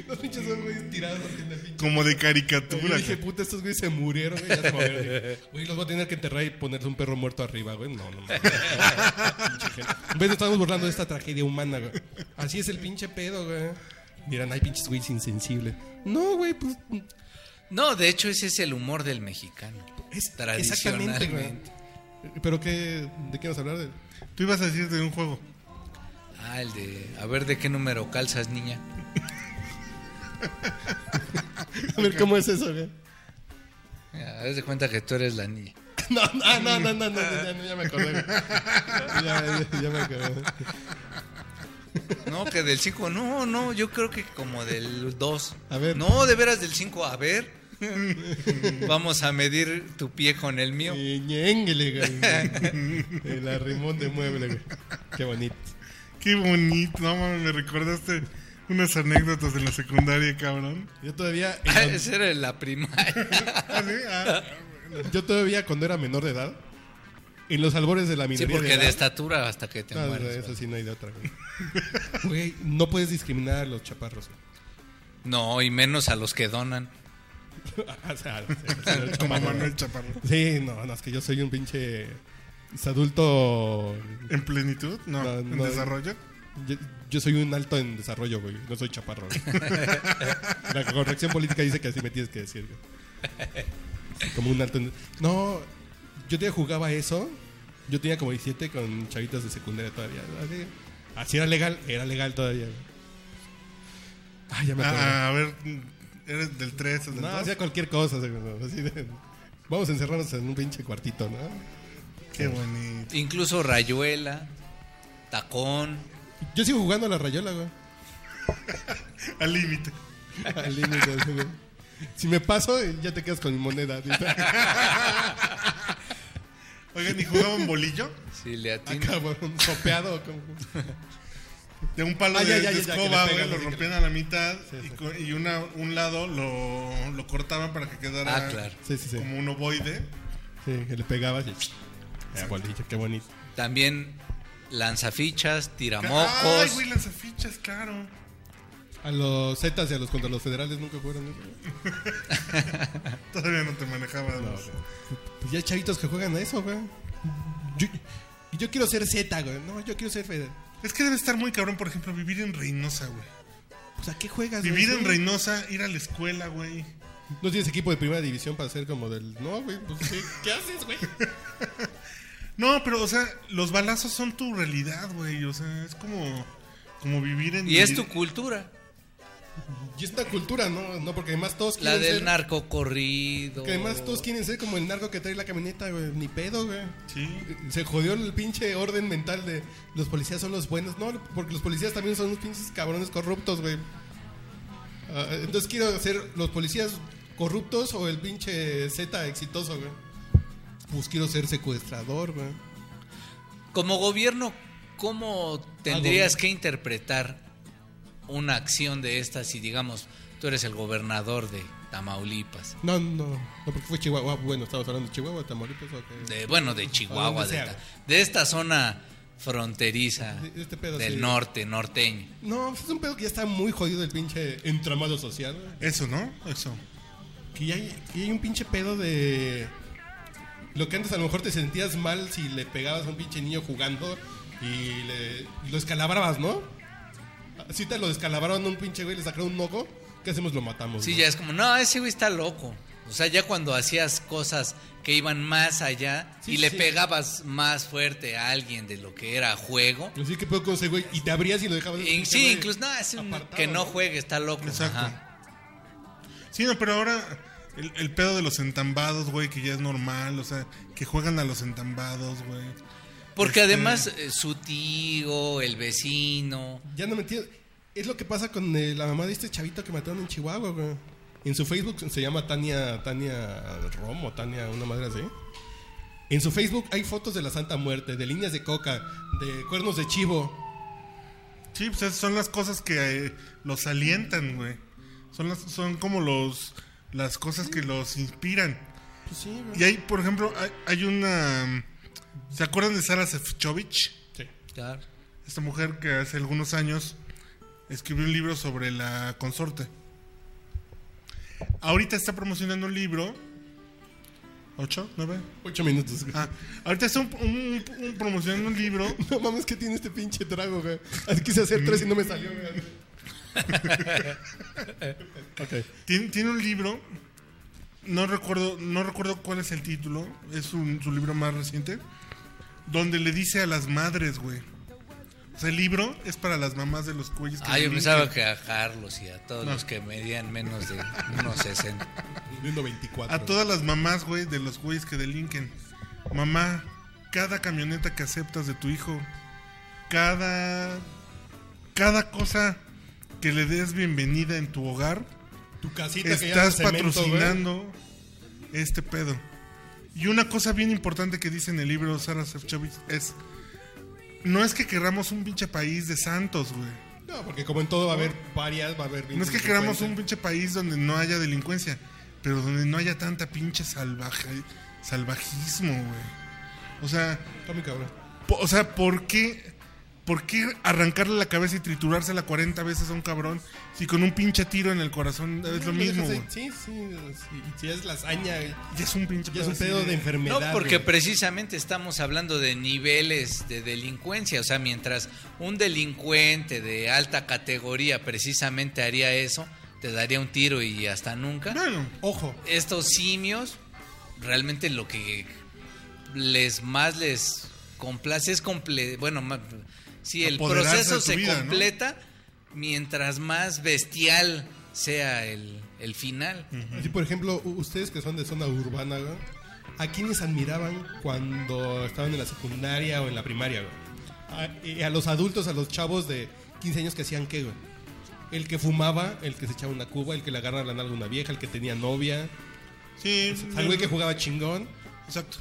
Speaker 2: Los pinches dos güeyes tirados así en la pinche.
Speaker 1: Como de
Speaker 2: Yo
Speaker 1: caricatura.
Speaker 2: dije, puta, estos güeyes se murieron, güey. ya se murieron. Güey, los voy a tener que enterrar y ponerles un perro muerto arriba, güey. No, no, no. Pinche gente. En vez de estamos burlando de esta tragedia humana, güey. Así es el pinche pedo, güey. Dirán, hay pinches güeyes insensibles. No, güey, pues.
Speaker 3: No, de hecho ese es el humor del mexicano.
Speaker 2: Es
Speaker 3: Tradicionalmente.
Speaker 2: exactamente, güey. Pero qué. ¿De qué vas a hablar? De-
Speaker 1: Tú ibas a decir de un juego.
Speaker 3: Ah, el de... A ver, ¿de qué número calzas, niña?
Speaker 2: A ver, ¿cómo es eso, güey?
Speaker 3: A ver, Ah, de cuenta que tú eres la niña.
Speaker 2: No, no, no, no, no, no, ya, ya me acordé, güey. Ya, ya- ya me acordé.
Speaker 3: No, que del 5, no, no, yo creo que como del 2.
Speaker 2: A ver.
Speaker 3: No, de veras del 5, a ver. Vamos a medir tu pie con el mío.
Speaker 2: Eh, ñénguele, güey. El arrimón de mueble, güey. Qué bonito.
Speaker 1: Qué bonito. No mames, me recordaste unas anécdotas de la secundaria, cabrón.
Speaker 2: Yo todavía,
Speaker 3: Ah, Esa era la primaria.
Speaker 1: Ah, sí, ah.
Speaker 2: yo todavía cuando era menor de edad, en los albores de la
Speaker 3: Sí,
Speaker 2: minoría de
Speaker 3: porque
Speaker 2: edad,
Speaker 3: de estatura hasta que te
Speaker 2: no,
Speaker 3: mueres.
Speaker 2: eso
Speaker 3: güey.
Speaker 2: sí no hay de otra. Güey. Güey, no puedes discriminar a los chaparros. güey.
Speaker 3: No, y menos a los que donan.
Speaker 2: Ah, O sea, o sea, los
Speaker 1: Como
Speaker 2: chaparros.
Speaker 1: Manuel Chaparro.
Speaker 2: Sí, no, no, es que yo soy un pinche es adulto.
Speaker 1: ¿En plenitud? No.
Speaker 2: No,
Speaker 1: ¿En
Speaker 2: no.
Speaker 1: desarrollo?
Speaker 2: Yo, yo soy un alto en desarrollo, güey. No soy chaparro. güey. La corrección política dice que así me tienes que decir. güey. Como un alto. en- No, yo te jugaba eso Yo tenía como 17 con chavitas de secundaria todavía. Así, así era legal, era legal todavía. Ay, ya me acordé.
Speaker 1: Ah, a ver, eres del 3 o del
Speaker 2: no,
Speaker 1: 2.
Speaker 2: hacía cualquier cosa. así, ¿no? Así de- vamos a encerrarnos en un pinche cuartito, ¿no?
Speaker 1: Qué bonito.
Speaker 3: Incluso rayuela, tacón.
Speaker 2: Yo sigo jugando a la rayola, güey.
Speaker 1: Al límite.
Speaker 2: Al límite, así, güey. Si me paso, ya te quedas con mi moneda. así.
Speaker 1: Oigan, ¿y jugaban bolillo?
Speaker 3: Si le
Speaker 2: Ah,
Speaker 3: atinas.
Speaker 2: cabrón, sopeado. como-
Speaker 1: De un palo
Speaker 2: Ah,
Speaker 1: de,
Speaker 2: ya, ya,
Speaker 1: de
Speaker 2: ya, ya, que
Speaker 1: escoba,
Speaker 2: le
Speaker 1: güey,
Speaker 2: pegas,
Speaker 1: lo
Speaker 2: así que
Speaker 1: rompían a la mitad
Speaker 2: Sí,
Speaker 1: y,
Speaker 2: sí.
Speaker 1: co- y una, un lado lo, lo cortaban para que quedara
Speaker 3: Ah, claro.
Speaker 2: Sí, sí, sí.
Speaker 1: como un ovoide.
Speaker 2: Sí, que le pegabas y. Esa bolilla, qué bonito.
Speaker 3: También lanzafichas,
Speaker 1: Ay,
Speaker 3: tiramocos.
Speaker 1: güey, lanzafichas, claro.
Speaker 2: A los Zetas y a los contra los federales nunca fueron. ¿no?
Speaker 1: Todavía no te manejabas.
Speaker 2: No, güey. Pues ya hay chavitos que juegan a eso, güey. Yo, y yo quiero ser Z, güey. No, yo quiero ser federal.
Speaker 1: Es que debe estar muy cabrón, por ejemplo, vivir en Reynosa, güey.
Speaker 2: Pues a qué juegas, güey?
Speaker 1: Vivir en
Speaker 2: Sí.
Speaker 1: Reynosa, ir a la escuela, güey.
Speaker 2: No tienes equipo de primera división para ser como del. No, güey. Pues, ¿qué, qué haces, güey?
Speaker 1: No, pero, o sea, los balazos son tu realidad, güey. O sea, es como, como vivir en...
Speaker 3: Y es tu cultura.
Speaker 2: Y es una cultura, ¿no? No, porque además todos quieren
Speaker 3: La del
Speaker 2: ser.
Speaker 3: narcocorrido.
Speaker 2: que además todos quieren ser como el narco que trae la camioneta, güey. Ni pedo, güey.
Speaker 1: Sí.
Speaker 2: Se jodió el pinche orden mental de los policías son los buenos. No, porque los policías también son unos pinches cabrones corruptos, güey. Ah, entonces quiero hacer los policías corruptos o el pinche Z exitoso, güey. Pues quiero ser secuestrador, güey.
Speaker 3: Como gobierno, ¿cómo
Speaker 2: Ah, gobierno.
Speaker 3: tendrías que interpretar una acción de estas si, digamos, tú eres el gobernador de Tamaulipas?
Speaker 2: No, no, no, porque fue Chihuahua. Bueno, estamos hablando de Chihuahua, Tamaulipas, ok.
Speaker 3: De, bueno, de
Speaker 2: ¿A dónde
Speaker 3: Chihuahua, de,
Speaker 2: sea,
Speaker 3: ta-
Speaker 2: güey?
Speaker 3: de esta zona fronteriza
Speaker 2: De- este pedo,
Speaker 3: del
Speaker 2: sí.
Speaker 3: norte, norteño.
Speaker 2: No, pues es un pedo que ya está muy jodido el pinche entramado social, güey.
Speaker 1: Eso, ¿no? Eso.
Speaker 2: Que ya hay, que hay un pinche pedo de. Lo que antes a lo mejor te sentías mal si le pegabas a un pinche niño jugando y, le, y lo escalabrabas, ¿no? Si te lo descalabraron a un pinche güey, le sacaron un ojo, ¿qué hacemos? Lo matamos.
Speaker 3: Sí,
Speaker 2: ¿no?
Speaker 3: ya es como, no, ese güey está loco. O sea, ya cuando hacías cosas que iban más allá
Speaker 2: Sí,
Speaker 3: y le
Speaker 2: sí.
Speaker 3: pegabas más fuerte a alguien de lo que era juego.
Speaker 2: Así que pedo con ese güey y te abrías y lo dejabas.
Speaker 3: Y-
Speaker 2: ese
Speaker 3: sí,
Speaker 2: güey
Speaker 3: incluso, no, es un
Speaker 2: apartado,
Speaker 3: que no juegue, está loco.
Speaker 1: Exacto.
Speaker 3: Ajá.
Speaker 1: Sí, no, pero ahora el, el pedo de los entambados, güey, que ya es normal, o sea, que juegan a los entambados, güey.
Speaker 3: Porque
Speaker 1: Este-
Speaker 3: además eh, su tío, el vecino,
Speaker 2: Ya no me entiendo. Es lo que pasa con eh, la mamá de este chavito que mataron en Chihuahua, güey. En su Facebook se llama Tania, Tania Romo, Tania, una madre así. En su Facebook hay fotos de la Santa Muerte, de líneas de coca, de cuernos de chivo.
Speaker 1: Sí, pues esas son las cosas que eh, los alientan, güey. Son las, son como los las cosas que los inspiran.
Speaker 2: Pues sí, güey.
Speaker 1: Y hay, por ejemplo, hay, hay una ¿Se acuerdan de Sara Sefcovic?
Speaker 2: Sí.
Speaker 3: claro,
Speaker 1: Esta mujer que hace algunos años escribió un libro sobre la consorte. Ahorita está promocionando un libro. ¿Ocho? ¿Nueve?
Speaker 2: Ocho minutos, güey.
Speaker 1: Ah, ahorita está un, un- un- un- promocionando un libro.
Speaker 2: No mames, que tiene este pinche trago, güey? Así Quise hacer tres y no me salió, güey. ok.
Speaker 1: Tiene, tiene un libro. No recuerdo, no recuerdo cuál es el título. Es un- su libro más reciente. Donde le dice a las madres, güey. O sea, el libro es para las mamás de los cuellos.
Speaker 3: Ah,
Speaker 1: le
Speaker 3: yo
Speaker 1: linchan.
Speaker 3: pensaba que a Carlos y a todos los que medían menos de unos 60.
Speaker 2: Viendo 24.
Speaker 1: A todas las mamás, güey, de los güeyes que delinquen. Mamá, cada camioneta que aceptas de tu hijo, cada. cada cosa que le des bienvenida en tu hogar,
Speaker 2: Tu casita que ya
Speaker 1: estás
Speaker 2: es de cemento,
Speaker 1: patrocinando este pedo. Y una cosa bien importante que dice en el libro Sara Sefcovic es: no es que queramos un pinche país de santos, güey.
Speaker 2: güey. No, porque como en todo va a haber varias, va a haber.
Speaker 1: No es que
Speaker 2: 20,
Speaker 1: queramos
Speaker 2: 50.
Speaker 1: un pinche país donde no haya delincuencia, pero donde no haya tanta pinche salvaje, salvajismo, güey. O sea,
Speaker 2: Está muy cabrón.
Speaker 1: po- o sea, ¿por qué, ¿por qué arrancarle la cabeza y triturársela 40 veces a un cabrón si con un pinche tiro en el corazón es
Speaker 2: Pues
Speaker 1: lo mismo, güey?
Speaker 2: Sí, sí, sí, sí, es lasaña, güey.
Speaker 1: Ya es un pinche
Speaker 2: ya es un
Speaker 1: así
Speaker 2: pedo de enfermedad.
Speaker 3: No, porque
Speaker 2: güey.
Speaker 3: precisamente estamos hablando de niveles de delincuencia. O sea, mientras un delincuente de alta categoría precisamente haría eso, te daría un tiro y hasta nunca.
Speaker 1: Bueno,
Speaker 2: Ojo,
Speaker 3: Estos simios, realmente lo que les más les complace, es comple bueno, ma- sí, el
Speaker 1: Apoderarse de
Speaker 3: proceso
Speaker 1: tu
Speaker 3: se
Speaker 1: vida, ¿no?
Speaker 3: completa mientras más bestial sea el, el final.
Speaker 1: Mm.
Speaker 2: Así, por ejemplo, u- ustedes que son de zona urbana, güey, ¿a quiénes admiraban cuando estaban en la secundaria o en la primaria, güey? A, y a los adultos, a los chavos de 15 años que hacían qué, güey? El que fumaba, el que se echaba una cuba, el que le agarraba la nalga a una vieja, el que tenía novia,
Speaker 1: Sí,
Speaker 2: al güey que jugaba chingón.
Speaker 1: Exacto.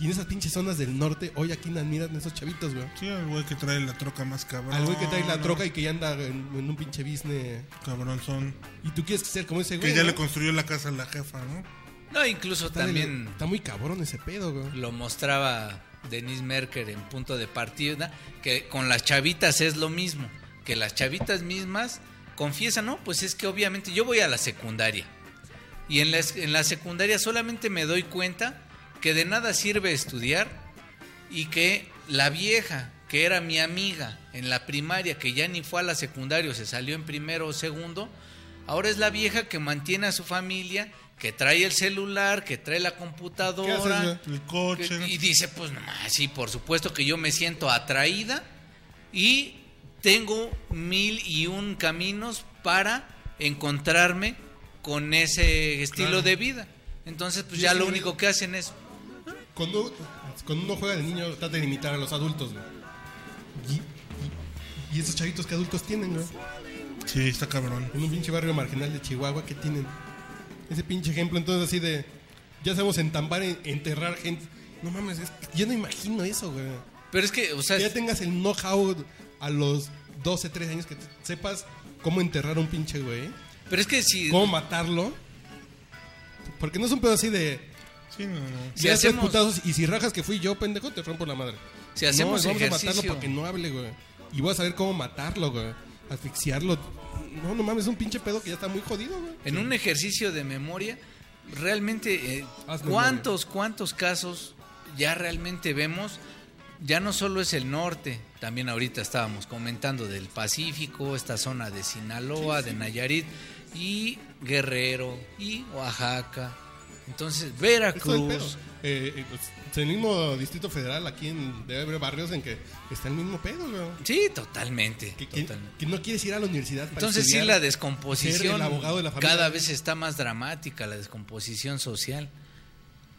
Speaker 2: Y en esas pinches zonas del norte, hoy aquí quién admiran esos chavitos, güey?
Speaker 1: Sí, al güey que trae la troca más cabrón.
Speaker 2: Al güey que trae la troca y que ya anda en, en un pinche business.
Speaker 1: Cabronzón.
Speaker 2: Y tú quieres ser como ese
Speaker 1: Que
Speaker 2: güey.
Speaker 1: ya
Speaker 2: ¿no?
Speaker 1: le construyó la casa a la jefa, ¿no?
Speaker 3: No, incluso
Speaker 2: Está del-
Speaker 3: también...
Speaker 2: Está muy cabrón ese pedo, güey.
Speaker 3: lo mostraba Denise Merker en punto de partida, que con las chavitas es lo mismo, que las chavitas mismas confiesan, no, pues es que obviamente yo voy a la secundaria y en la, es- en la secundaria solamente me doy cuenta que de nada sirve estudiar y que la vieja que era mi amiga en la primaria, que ya ni fue a la secundaria, o se salió en primero o segundo, ahora es la vieja que mantiene a su familia, que trae el celular, que trae la computadora,
Speaker 2: güey?
Speaker 1: El coche.
Speaker 3: y dice, pues no, ma, sí, por supuesto que yo me siento atraída y tengo mil y un caminos para encontrarme con ese estilo de vida. Entonces, pues
Speaker 2: Sí,
Speaker 3: ya
Speaker 2: sí,
Speaker 3: lo
Speaker 2: güey.
Speaker 3: único que hacen es,
Speaker 2: Cuando, cuando uno juega de niño, trata de imitar a los adultos, güey. Y, y- y esos chavitos que adultos tienen, güey.
Speaker 1: Sí, está cabrón.
Speaker 2: En un pinche barrio marginal de Chihuahua, ¿qué tienen? Ese pinche ejemplo, entonces, así de. Ya sabemos entambar, en- enterrar gente. No mames, es- yo no imagino eso, güey.
Speaker 3: pero es que, o sea,
Speaker 2: Que ya tengas el know-how a los 12, 13 años, que te- sepas cómo enterrar a un pinche güey,
Speaker 3: pero es que si,
Speaker 2: cómo matarlo. Porque no es un pedo así de.
Speaker 1: Sí, no, no.
Speaker 3: Si
Speaker 2: Si haces
Speaker 3: hacemos-
Speaker 2: putazos y si rajas que fui yo, pendejo, te rompo la madre.
Speaker 3: Si hacemos
Speaker 2: no, vamos a
Speaker 3: ejercicio.
Speaker 2: matarlo porque no hable, güey. Y voy a saber cómo matarlo, güey. Asfixiarlo. No, no mames, es un pinche pedo que ya está muy jodido, güey.
Speaker 3: en un ejercicio de memoria, realmente, eh,
Speaker 2: Haz memoria.
Speaker 3: ¿cuántos, cuántos casos ya realmente vemos? Ya no solo es el norte, también ahorita estábamos comentando del Pacífico, esta zona de Sinaloa, de Nayarit, y Guerrero, y Oaxaca. Entonces,
Speaker 2: Esto es el pedo.
Speaker 3: Veracruz.
Speaker 2: Eh, eh, pues, es el mismo Distrito Federal, aquí en debe haber barrios en que está el mismo pedo, güey.
Speaker 3: Sí, totalmente.
Speaker 2: Que, que-
Speaker 3: totalmente.
Speaker 2: que no quieres ir a la universidad para
Speaker 3: Entonces sí,
Speaker 2: estudiar,
Speaker 3: la
Speaker 2: ser
Speaker 3: descomposición
Speaker 2: el abogado de la familia.
Speaker 3: cada vez está más dramática, la descomposición social.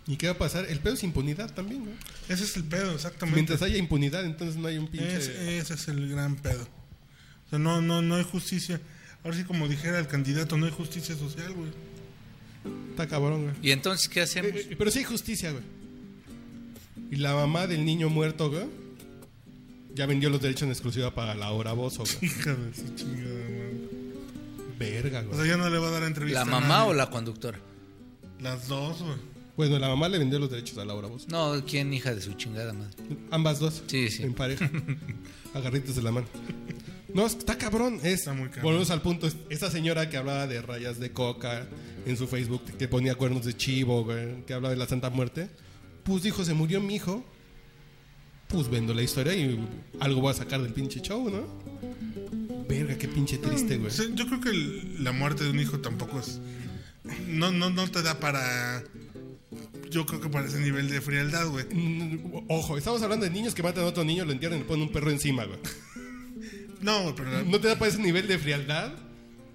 Speaker 2: ¿Y qué va a pasar? El pedo es impunidad también, güey.
Speaker 1: Ese es el pedo, exactamente.
Speaker 2: Mientras haya impunidad, entonces no hay un pinche...
Speaker 1: Es- eh, ese es el gran pedo. O sea, no, no, no hay justicia. Ahora sí, como dijera el candidato, no hay justicia social, güey.
Speaker 2: Está cabrón, güey.
Speaker 3: ¿Y entonces qué hacemos?
Speaker 2: Eh, eh, Pero sí hay justicia, güey. Y la mamá del niño muerto, güey, ya vendió los derechos en exclusiva para la hora Bozo, güey.
Speaker 1: Hija de su chingada, madre.
Speaker 2: Verga,
Speaker 1: O
Speaker 2: güey.
Speaker 1: sea, ya no le va a dar entrevista.
Speaker 3: ¿La
Speaker 1: a
Speaker 3: mamá
Speaker 1: nadie.
Speaker 3: o la conductora?
Speaker 1: Las dos, güey.
Speaker 2: Bueno, la mamá le vendió los derechos a Laura Bozo.
Speaker 3: No, ¿quién hija de su chingada madre?
Speaker 2: Ambas dos.
Speaker 3: Sí, sí.
Speaker 2: En pareja. Agarritos de la mano. No, es- está cabrón. Es,
Speaker 1: Está muy cabrón.
Speaker 2: Volvemos al punto. es- Esta señora que hablaba de rayas de coca en su Facebook, que ponía cuernos de chivo, güey, que hablaba de la Santa Muerte, pues dijo, se murió mi hijo. Pues vendo la historia y algo voy a sacar del pinche show, ¿no? Verga, qué pinche triste, güey.
Speaker 1: O sea, Pues yo creo que el- la muerte de un hijo tampoco es. No, no, no te da para. Yo creo que para ese nivel de frialdad, güey.
Speaker 2: Mm, Ojo, estamos hablando de niños que matan a otro niño, lo entierran y le ponen un perro encima, güey.
Speaker 1: No, güey, pero. la-
Speaker 2: No te da para ese nivel de frialdad.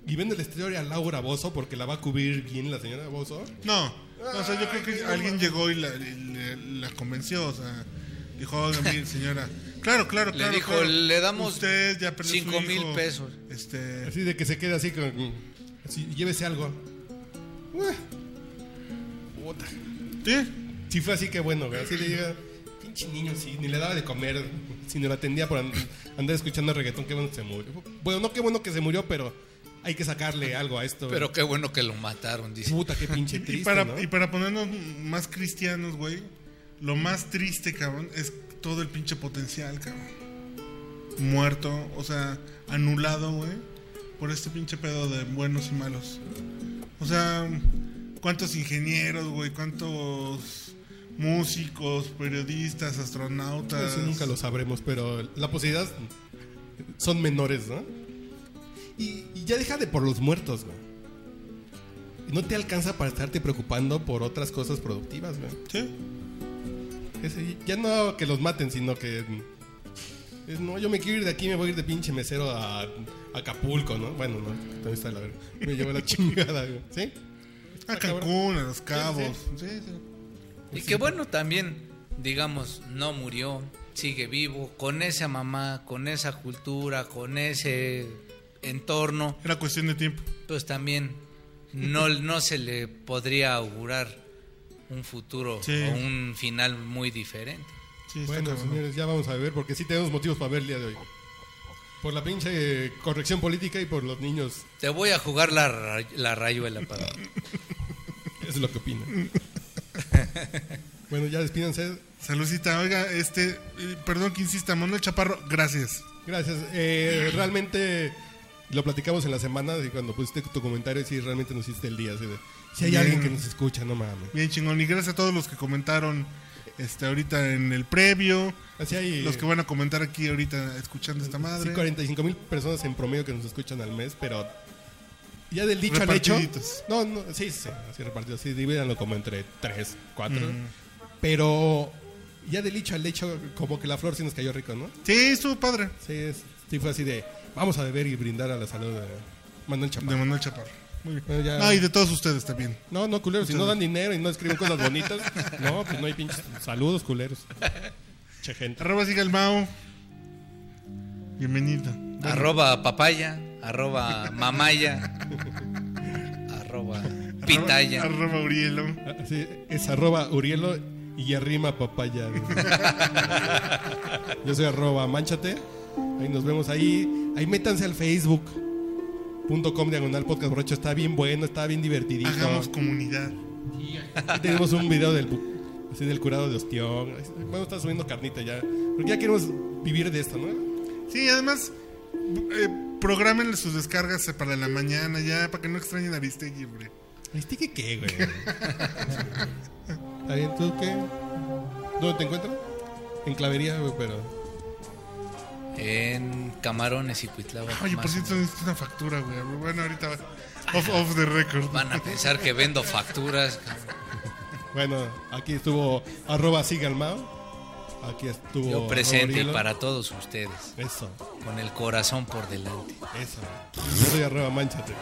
Speaker 2: Y vende la historia a Laura Bozo porque la va a cubrir bien la señora Bozo.
Speaker 1: No, no, o sea, yo creo que alguien llegó y la, le- la convenció, o sea, dijo, oiga, mire, señora, claro, claro,
Speaker 3: Le
Speaker 1: claro.
Speaker 3: dijo,
Speaker 1: claro,
Speaker 3: "Le damos
Speaker 1: Usted ya perdió su
Speaker 3: cinco mil
Speaker 1: hijo,
Speaker 3: pesos".
Speaker 1: Este,
Speaker 2: Así de que se quede así con. mm, así, llévese algo. Ueh. Puta.
Speaker 1: sí,
Speaker 2: Sí, fue así que bueno, güey. Así le llega. Pinche niño, sí, ni le daba de comer. Si no la atendía por and- andar escuchando reggaetón, qué bueno que se murió. Bueno, no qué bueno que se murió, pero hay que sacarle algo a esto.
Speaker 3: Pero qué bueno que lo mataron, dice.
Speaker 2: Puta, qué pinche triste.
Speaker 1: y, para,
Speaker 2: ¿no?
Speaker 1: y para ponernos más cristianos, güey, lo más triste, cabrón, es todo el pinche potencial, cabrón. Muerto, o sea, anulado, güey, por este pinche pedo de buenos y malos. O sea, cuántos ingenieros, güey, cuántos músicos, periodistas, astronautas.
Speaker 2: Eso nunca lo sabremos, pero la posibilidad son menores, ¿no? Y, y ya deja de por los muertos, güey. No te alcanza para estarte preocupando por otras cosas productivas, güey.
Speaker 1: Sí.
Speaker 2: Ese, ya no que los maten, sino que. es, no, yo me quiero ir de aquí, me voy a ir de pinche mesero a, a Acapulco, ¿no? Bueno, no, también está la verga. Me llevo la chingada, güey. ¿Sí?
Speaker 1: A Cancún, a los cabos.
Speaker 2: Ah, Sí, sí.
Speaker 3: Y que bueno, también, digamos, no murió, sigue vivo, con esa mamá, con esa cultura, con ese entorno,
Speaker 1: Era cuestión de tiempo.
Speaker 3: pues también no, no se le podría augurar un futuro
Speaker 1: Sí.
Speaker 3: o un final muy diferente.
Speaker 1: Sí, está
Speaker 2: Bueno,
Speaker 1: cabrón.
Speaker 2: señores, ya vamos a ver, porque sí tenemos motivos para ver el día de hoy. Por la pinche eh, corrección política y por los niños,
Speaker 3: Te voy a jugar la, ra- la rayuela, padre.
Speaker 2: eso es lo que opino. bueno, ya despídanse.
Speaker 1: Salucita, oiga, este, eh, perdón que insista, Manuel Chaparro, gracias.
Speaker 2: Gracias. Eh, realmente lo platicamos en la semana de cuando pusiste tu comentario y sí, realmente nos hiciste el día. así de, si hay
Speaker 1: Bien.
Speaker 2: alguien que nos escucha, no mames.
Speaker 1: Bien chingón, y gracias a todos los que comentaron este ahorita en el previo,
Speaker 2: Así hay
Speaker 1: los que van a comentar aquí ahorita escuchando esta madre.
Speaker 2: 45 mil personas en promedio que nos escuchan al mes, pero ya del dicho al hecho.
Speaker 1: Repartiditos.
Speaker 2: No, no, sí, sí, así repartido, sí, divídanlo como entre 3, 4.
Speaker 1: Mm.
Speaker 2: Pero ya del dicho al hecho, como que la flor sí nos cayó rico, ¿no?
Speaker 1: Sí, estuvo padre.
Speaker 2: Sí, es- sí fue así de, vamos a beber y brindar a la salud de Manuel
Speaker 1: De
Speaker 2: Chaparro.
Speaker 1: Manuel Chaparro. Muy bien.
Speaker 2: Bueno, ya-
Speaker 1: Ah, y de todos ustedes también.
Speaker 2: No, no, culeros, si no dan dinero y no escriben cosas bonitas, no, pues no hay pinches saludos, culeros. Che gente.
Speaker 1: Arroba siga el Mao. Bienvenido.
Speaker 3: Arroba papaya, arroba mamaya, arroba pitaya.
Speaker 1: Arroba, arroba Urielo.
Speaker 2: Ah, sí, es arroba Urielo y arrima papaya. Yo soy arroba manchate. Ahí nos vemos ahí. Ahí métanse al facebook.com diagonal podcast borracho. Está bien bueno, está bien divertidito.
Speaker 1: Hagamos comunidad.
Speaker 2: Ahí tenemos un video del bu- así del curado de ostión. Bueno, está subiendo carnita ya. Porque ya queremos vivir de esto, ¿no?
Speaker 1: Sí, además, eh, programen sus descargas eh, para la mañana ya, para que no extrañen a Aristegui, hombre.
Speaker 2: ¿Viste que ¿este qué, güey? ¿Está bien? ¿Tú qué? ¿Dónde te encuentras? En clavería, güey, pero.
Speaker 3: En Camarones y Cuitlava.
Speaker 1: Oye, por cierto, necesito una factura, güey. Bueno, ahorita va. Off, off the record.
Speaker 3: Van a pensar que vendo facturas. cabrón.
Speaker 2: Bueno, aquí estuvo arroba sigalmao. Aquí estuvo.
Speaker 3: Yo
Speaker 2: arroba
Speaker 3: presente
Speaker 2: Orilo.
Speaker 3: para todos ustedes,
Speaker 2: Eso,
Speaker 3: con el corazón por delante.
Speaker 2: eso. Yo soy arroba manchate.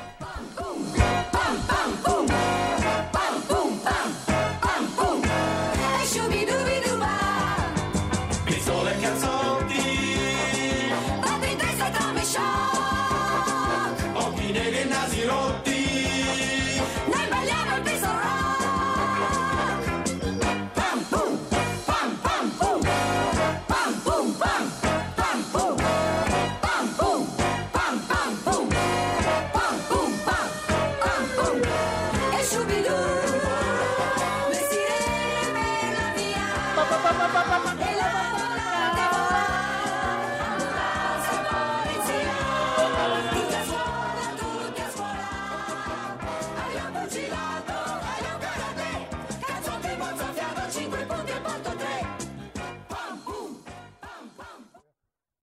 Speaker 8: Shoo-be-doo, me sirve la vía.